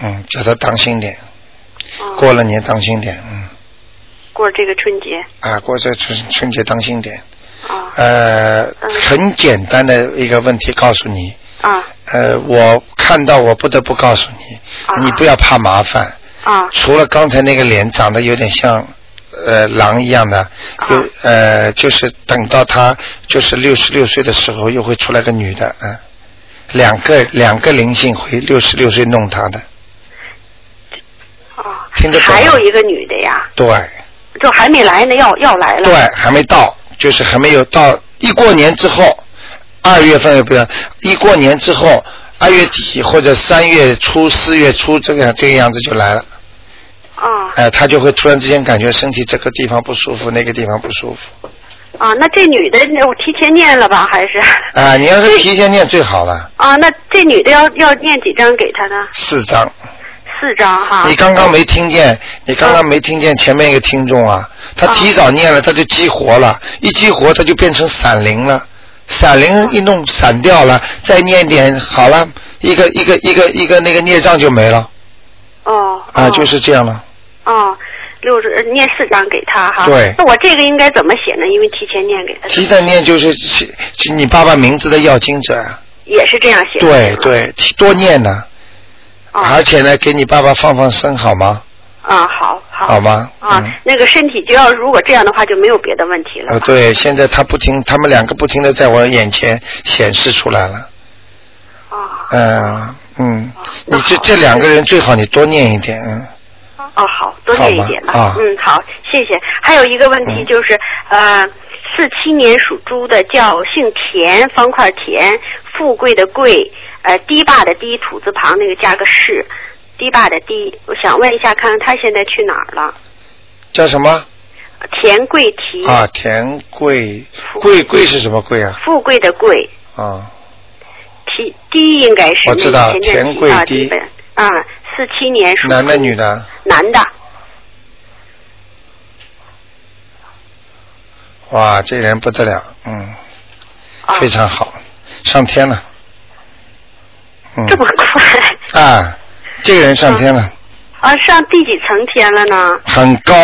[SPEAKER 2] 嗯，叫他当心点，
[SPEAKER 7] 嗯、
[SPEAKER 2] 过了年当心点，嗯，
[SPEAKER 7] 过这个春节
[SPEAKER 2] 啊，过这春春节当心点。
[SPEAKER 7] 啊
[SPEAKER 2] 呃，
[SPEAKER 7] 嗯
[SPEAKER 2] 很简单的一个问题告诉你，
[SPEAKER 7] 啊
[SPEAKER 2] 呃，我看到我不得不告诉你，
[SPEAKER 7] 啊
[SPEAKER 2] 你不要怕麻烦。
[SPEAKER 7] 啊
[SPEAKER 2] 除了刚才那个脸长得有点像呃狼一样的，有、
[SPEAKER 7] 啊
[SPEAKER 2] 呃就是等到他就是六十六岁的时候，又会出来个女的，嗯，两个两个灵性会六十六岁弄他的，
[SPEAKER 7] 啊
[SPEAKER 2] 听得，懂吗
[SPEAKER 7] 还有一个女的呀，
[SPEAKER 2] 对
[SPEAKER 7] 就还没来呢，要要来了，
[SPEAKER 2] 对，还没到，就是还没有到一过年之后，二月份也不要，一过年之后。二月底或者三月初、四月初，这个这个样子就来了，
[SPEAKER 7] 啊
[SPEAKER 2] 哎、他就会突然之间感觉身体这个地方不舒服，那个地方不舒服。
[SPEAKER 7] 啊，那这女的我提前念了吧，还是
[SPEAKER 2] 啊，你要是提前念最好了，
[SPEAKER 7] 啊？那这女的要要念几张给她呢？
[SPEAKER 2] 四张。
[SPEAKER 7] 四张哈。
[SPEAKER 2] 你刚刚没听见，你刚刚没听见前面一个听众啊，他
[SPEAKER 7] 啊
[SPEAKER 2] 提早念了，他就激活了，一激活他就变成闪灵了，闪灵一弄闪掉了，再念点好了，一个一个一个一个那个孽障就没了
[SPEAKER 7] 哦
[SPEAKER 2] 啊，
[SPEAKER 7] 哦
[SPEAKER 2] 就是这样了。
[SPEAKER 7] 哦，六十呃念四张给他哈。
[SPEAKER 2] 对
[SPEAKER 7] 那我这个应该怎么写呢？因为提前念给他，
[SPEAKER 2] 提早念就是是是你爸爸名字的要经者啊，
[SPEAKER 7] 也是这样写的。
[SPEAKER 2] 对
[SPEAKER 7] 是吗。
[SPEAKER 2] 对，提多念呢，
[SPEAKER 7] 啊
[SPEAKER 2] 而且呢，给你爸爸放放生好吗？
[SPEAKER 7] 啊，好好。
[SPEAKER 2] 好吗？
[SPEAKER 7] 啊
[SPEAKER 2] 嗯，
[SPEAKER 7] 那个身体就要如果这样的话就没有别的问题了。
[SPEAKER 2] 呃，对，现在他不停，他们两个不停的在我眼前显示出来了。
[SPEAKER 7] 啊。
[SPEAKER 2] 嗯嗯，
[SPEAKER 7] 那
[SPEAKER 2] 你这
[SPEAKER 7] 好
[SPEAKER 2] 这两个人最好你多念一点，嗯，
[SPEAKER 7] 哦，好，多念一点吧。
[SPEAKER 2] 好吧啊
[SPEAKER 7] 嗯，好，谢谢。还有一个问题
[SPEAKER 2] 嗯
[SPEAKER 7] 就是，呃，四七年属猪的叫姓田，方块田，富贵的贵，呃，堤坝的堤，土字旁那个加个士，堤坝的堤。我想问一下，看看他现在去哪儿了？
[SPEAKER 2] 叫什么
[SPEAKER 7] 田贵提，
[SPEAKER 2] 啊？田贵
[SPEAKER 7] 富
[SPEAKER 2] 贵贵是什么贵啊？
[SPEAKER 7] 富贵的贵，
[SPEAKER 2] 啊，
[SPEAKER 7] 提堤应该是
[SPEAKER 2] 我知道
[SPEAKER 7] 那个前面
[SPEAKER 2] 田贵
[SPEAKER 7] 啊，
[SPEAKER 2] 堤
[SPEAKER 7] 基本啊，四七年属
[SPEAKER 2] 男的
[SPEAKER 7] 猪
[SPEAKER 2] 女的？
[SPEAKER 7] 男的，
[SPEAKER 2] 哇，这人不得了，嗯，
[SPEAKER 7] 啊，
[SPEAKER 2] 非常好，上天了，嗯
[SPEAKER 7] 哦这么快 <laughs>
[SPEAKER 2] 啊，这个人上天了，
[SPEAKER 7] 啊，上第几层天了呢？
[SPEAKER 2] 很高，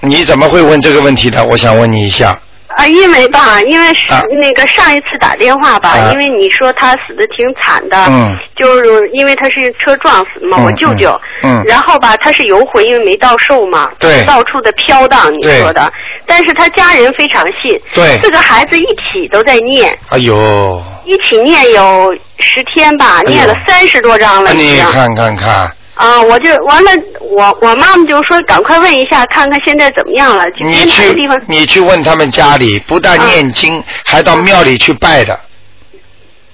[SPEAKER 2] 你怎么会问这个问题的？我想问你一下，
[SPEAKER 7] 啊，因为吧，因为是、
[SPEAKER 2] 啊
[SPEAKER 7] 那个上一次打电话吧，
[SPEAKER 2] 啊
[SPEAKER 7] 因为你说他死的挺惨的，
[SPEAKER 2] 嗯
[SPEAKER 7] 就是因为他是车撞死的嘛，
[SPEAKER 2] 嗯
[SPEAKER 7] 我舅舅，
[SPEAKER 2] 嗯嗯
[SPEAKER 7] 然后吧，他是游魂，因为没到寿嘛，
[SPEAKER 2] 对
[SPEAKER 7] 到处的飘荡，你
[SPEAKER 2] 对
[SPEAKER 7] 说的，但是他家人非常信，
[SPEAKER 2] 对
[SPEAKER 7] 这个孩子一起都在念，
[SPEAKER 2] 哎呦，
[SPEAKER 7] 一起念有十天吧，
[SPEAKER 2] 哎呦
[SPEAKER 7] 念了三十多章了，
[SPEAKER 2] 啊
[SPEAKER 7] 已
[SPEAKER 2] 你
[SPEAKER 7] 经。
[SPEAKER 2] 看看看。
[SPEAKER 7] 啊，我就完了，我我妈妈就说赶快问一下，看看现在怎么样了，就
[SPEAKER 2] 你
[SPEAKER 7] 因为那个
[SPEAKER 2] 去
[SPEAKER 7] 地方啊
[SPEAKER 2] 你去问他们家里，不但念经，还到庙里去拜的，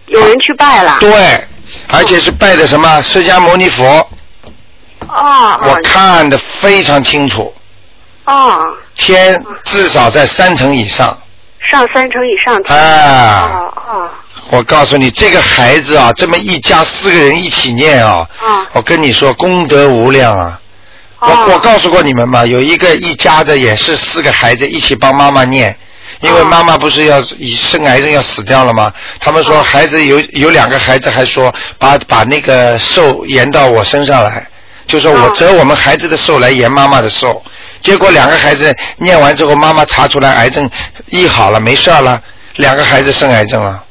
[SPEAKER 7] 有人去拜了。
[SPEAKER 2] 对，而且是拜的什么释迦牟尼佛，
[SPEAKER 7] 哦，
[SPEAKER 2] 我看得非常清楚，
[SPEAKER 7] 哦，
[SPEAKER 2] 天至少在三层以上
[SPEAKER 7] 上三成以上去。
[SPEAKER 2] 啊！
[SPEAKER 7] 哦哦
[SPEAKER 2] 我告诉你，这个孩子啊，这么一家四个人一起念啊，
[SPEAKER 7] 哦
[SPEAKER 2] 我跟你说功德无量啊！
[SPEAKER 7] 哦
[SPEAKER 2] 我我告诉过你们嘛，有一个一家的也是四个孩子一起帮妈妈念，因为
[SPEAKER 7] 哦
[SPEAKER 2] 妈妈不是要以生癌症要死掉了吗？他们说
[SPEAKER 7] 哦
[SPEAKER 2] 孩子有有两个孩子还说把把那个寿延到我身上来，就说我
[SPEAKER 7] 哦
[SPEAKER 2] 折我们孩子的寿来延妈妈的寿。结果两个孩子念完之后，妈妈查出来癌症医好了，没事儿了，两个孩子生癌症了。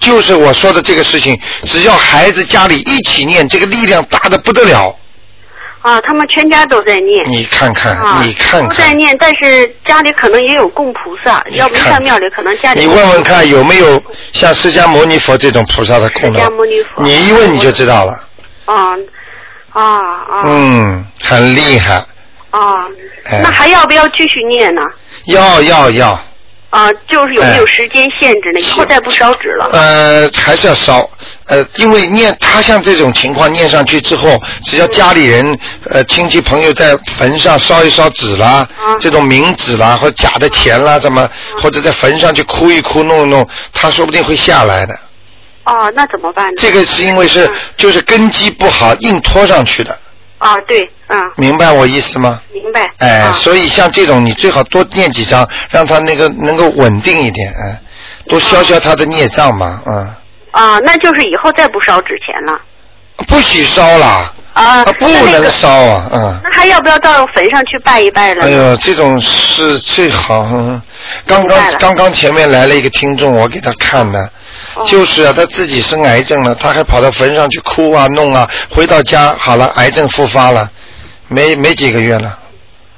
[SPEAKER 2] 就是我说的这个事情，只要孩子家里一起念，这个力量大的不得了。
[SPEAKER 7] 啊，他们全家都在念。
[SPEAKER 2] 你看看，
[SPEAKER 7] 啊，
[SPEAKER 2] 你看
[SPEAKER 7] 都在
[SPEAKER 2] 看，
[SPEAKER 7] 念，但是家里可能也有供菩萨，
[SPEAKER 2] 你
[SPEAKER 7] 要不
[SPEAKER 2] 看
[SPEAKER 7] 上庙里可能家里
[SPEAKER 2] 你问问看有没有像释迦牟尼佛这种菩萨的供
[SPEAKER 7] 释迦
[SPEAKER 2] 呢？
[SPEAKER 7] 牟尼佛
[SPEAKER 2] 你一问你就知道了。
[SPEAKER 7] 啊啊啊
[SPEAKER 2] 嗯，很厉害。
[SPEAKER 7] 啊
[SPEAKER 2] 哎，
[SPEAKER 7] 那还要不要继续念呢？
[SPEAKER 2] 要要要，
[SPEAKER 7] 呃，就是有没
[SPEAKER 2] 哎
[SPEAKER 7] 有时间限制呢？以后再不烧纸了。
[SPEAKER 2] 呃，还是要烧。呃，因为念他像这种情况念上去之后，只要家里人、呃亲戚朋友在坟上烧一烧纸啦，
[SPEAKER 7] 嗯
[SPEAKER 2] 这种冥纸啦或者假的钱啦什
[SPEAKER 7] 啊
[SPEAKER 2] 么，或者在坟上去哭一哭弄一弄，他说不定会下来的。
[SPEAKER 7] 哦，那怎么 <laughs> 办呢？
[SPEAKER 2] 这个是因为是
[SPEAKER 7] 嗯
[SPEAKER 2] 就是根基不好硬拖上去的，
[SPEAKER 7] 啊，对，嗯，
[SPEAKER 2] 明白我意思吗？
[SPEAKER 7] 明白。
[SPEAKER 2] 哎，
[SPEAKER 7] 啊
[SPEAKER 2] 所以像这种你最好多念几张，让他那个能够稳定一点，哎，多消消他的孽障嘛，嗯，
[SPEAKER 7] 啊，那就是以后再不烧纸钱了。
[SPEAKER 2] 嗯不许烧啦，
[SPEAKER 7] 啊
[SPEAKER 2] 啊，不
[SPEAKER 7] 那那
[SPEAKER 2] 能
[SPEAKER 7] 个
[SPEAKER 2] 烧啊，嗯。
[SPEAKER 7] 那还要不要到坟上去拜一拜了
[SPEAKER 2] 哎
[SPEAKER 7] 呢？
[SPEAKER 2] 呦，这种是最好。嗯刚
[SPEAKER 7] 明白
[SPEAKER 2] 刚
[SPEAKER 7] 了
[SPEAKER 2] 刚刚前面来了一个听众，我给他看的，
[SPEAKER 7] 哦
[SPEAKER 2] 就是啊，他自己生癌症了，他还跑到坟上去哭啊弄啊，回到家好了，癌症复发了，没没几个月了，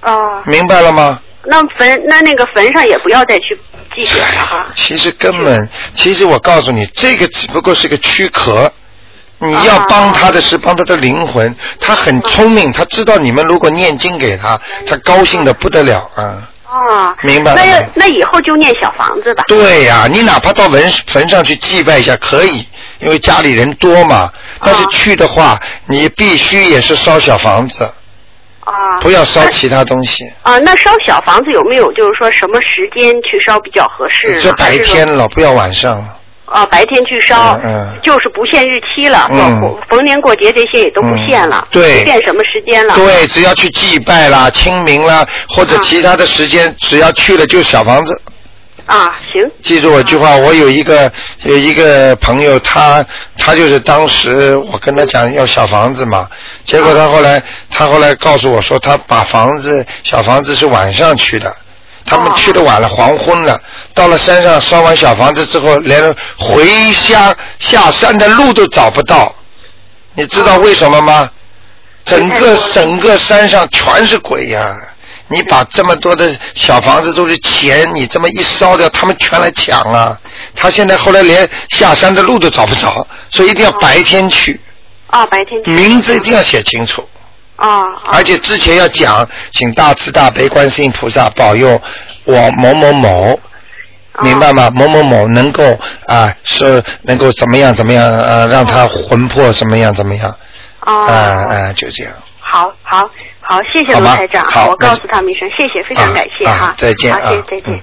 [SPEAKER 2] 哎
[SPEAKER 7] 哦，
[SPEAKER 2] 明白了吗？
[SPEAKER 7] 那坟那那个坟上也不要再去祭奠了哈。
[SPEAKER 2] 其实根本，其实我告诉你，这个只不过是个躯壳。你要
[SPEAKER 7] 啊
[SPEAKER 2] 帮他的是帮他的灵魂，他很聪明，他知道你们如果念经给他，他高兴的不得了啊。
[SPEAKER 7] 哦，
[SPEAKER 2] 明白了
[SPEAKER 7] 那要
[SPEAKER 2] 明白
[SPEAKER 7] 那以后就念小房子吧。
[SPEAKER 2] 对呀、你哪怕到坟坟上去祭拜一下可以，因为家里人多嘛。但是去的话，你必须也是烧小房子，
[SPEAKER 7] 啊，
[SPEAKER 2] 不要烧其他东西。
[SPEAKER 7] 啊，那烧小房子有没有就是说什么时间去烧比较合适呢？啊
[SPEAKER 2] 这白天
[SPEAKER 7] 还是说
[SPEAKER 2] 了，不要晚上了。
[SPEAKER 7] 啊，白天去烧，
[SPEAKER 2] 嗯嗯
[SPEAKER 7] 就是不限日期了，
[SPEAKER 2] 嗯
[SPEAKER 7] 过逢年过节这些也都不限了，
[SPEAKER 2] 嗯对
[SPEAKER 7] 随便什么时间了。
[SPEAKER 2] 对，只要去祭拜啦、清明啦，或者
[SPEAKER 7] 啊
[SPEAKER 2] 其他的时间，只要去了就小房子。
[SPEAKER 7] 啊，行，
[SPEAKER 2] 记住我句话，我有一个有一个朋友，他他就是当时我跟他讲要小房子嘛，结果他后来他后来告诉我说，他把房子小房子是晚上去的，他们
[SPEAKER 7] 哦
[SPEAKER 2] 去的晚了，黄昏了，到了山上烧完小房子之后，连回家下山的路都找不到，你知道为什么吗？整
[SPEAKER 7] 啊太多
[SPEAKER 2] 个
[SPEAKER 7] 了
[SPEAKER 2] 整个山上全是鬼呀、你把这么多的小房子都是钱，你这么一烧掉，他们全来抢啊！他现在后来连下山的路都找不着，所以一定要白天去，
[SPEAKER 7] 啊，白天去
[SPEAKER 2] 名字一哎定要写清楚，
[SPEAKER 7] 啊，啊
[SPEAKER 2] 而且之前要讲，请大慈大悲观世音菩萨保佑我某某某，
[SPEAKER 7] 哦
[SPEAKER 2] 明白吗？某某某能够啊、是能够怎么样怎么样呃，让他魂魄怎么样怎么样啊
[SPEAKER 7] 啊，
[SPEAKER 2] 啊、就这样。
[SPEAKER 7] 好好好，谢谢
[SPEAKER 2] 好
[SPEAKER 7] 卢
[SPEAKER 2] 吧
[SPEAKER 7] 台长，
[SPEAKER 2] 好
[SPEAKER 7] 我
[SPEAKER 2] 那
[SPEAKER 7] 告诉他们一声，谢谢，非常感谢
[SPEAKER 2] 啊
[SPEAKER 7] 哈
[SPEAKER 2] 啊，再见
[SPEAKER 7] 好，谢谢
[SPEAKER 2] 啊
[SPEAKER 7] 再见
[SPEAKER 2] 嗯。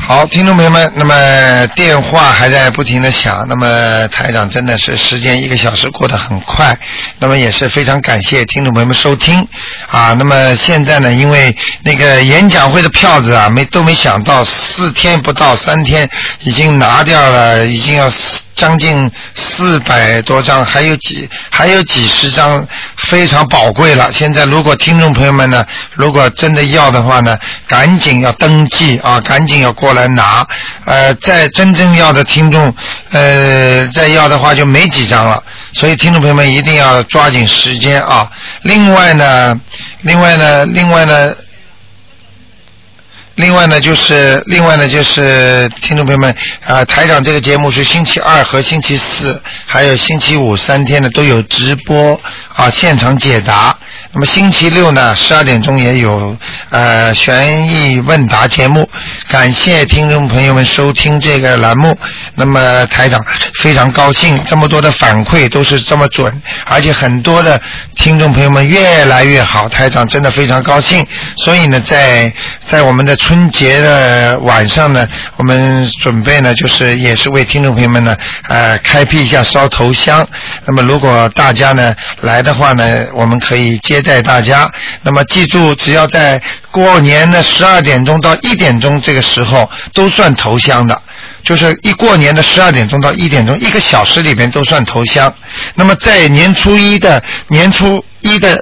[SPEAKER 2] 好，听众朋友们，那么电话还在不停的响，那么台长真的是时间一个小时过得很快，那么也是非常感谢听众朋友们收听啊。那么现在呢，因为那个演讲会的票子啊，没都没想到四天不到三天已经拿掉了，已经要四将近四百多张，还有几还有几十张，非常宝贵了。现在如果听众朋友们呢，如果真的要的话呢，赶紧要登记啊，赶紧要过来拿。呃，在真正要的听众，呃，再要的话就没几张了，所以听众朋友们一定要抓紧时间啊。另外呢，另外呢，另外呢。另外呢，就是另外呢，就是听众朋友们啊、台长这个节目是星期二和星期四，还有星期五三天呢都有直播啊，现场解答。那么星期六呢，十二点钟也有呃悬疑问答节目。感谢听众朋友们收听这个栏目。那么台长非常高兴，这么多的反馈都是这么准，而且很多的听众朋友们越来越好，台长真的非常高兴。所以呢，在在我们的春节的晚上呢，我们准备呢，就是也是为听众朋友们呢，呃，开辟一下烧头香。那么如果大家呢来的话呢，我们可以接待大家。那么记住，只要在过年的十二点钟到一点钟这个时候，都算头香的。就是一过年的十二点钟到一点钟，一个小时里边都算头香。那么在年初一的年初一的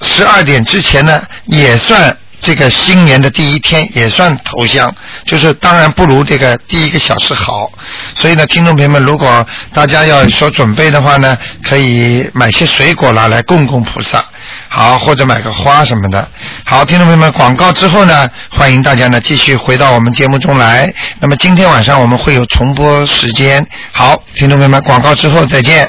[SPEAKER 2] 十二点之前呢，也算这个新年的第一天，也算头香，就是当然不如这个第一个小时好。所以呢，听众朋友们，如果大家要有所准备的话呢，可以买些水果啦来供供菩萨，好，或者买个花什么的。好，听众朋友们，广告之后呢，欢迎大家呢继续回到我们节目中来。那么今天晚上我们会有重播时间。好，听众朋友们，广告之后再见。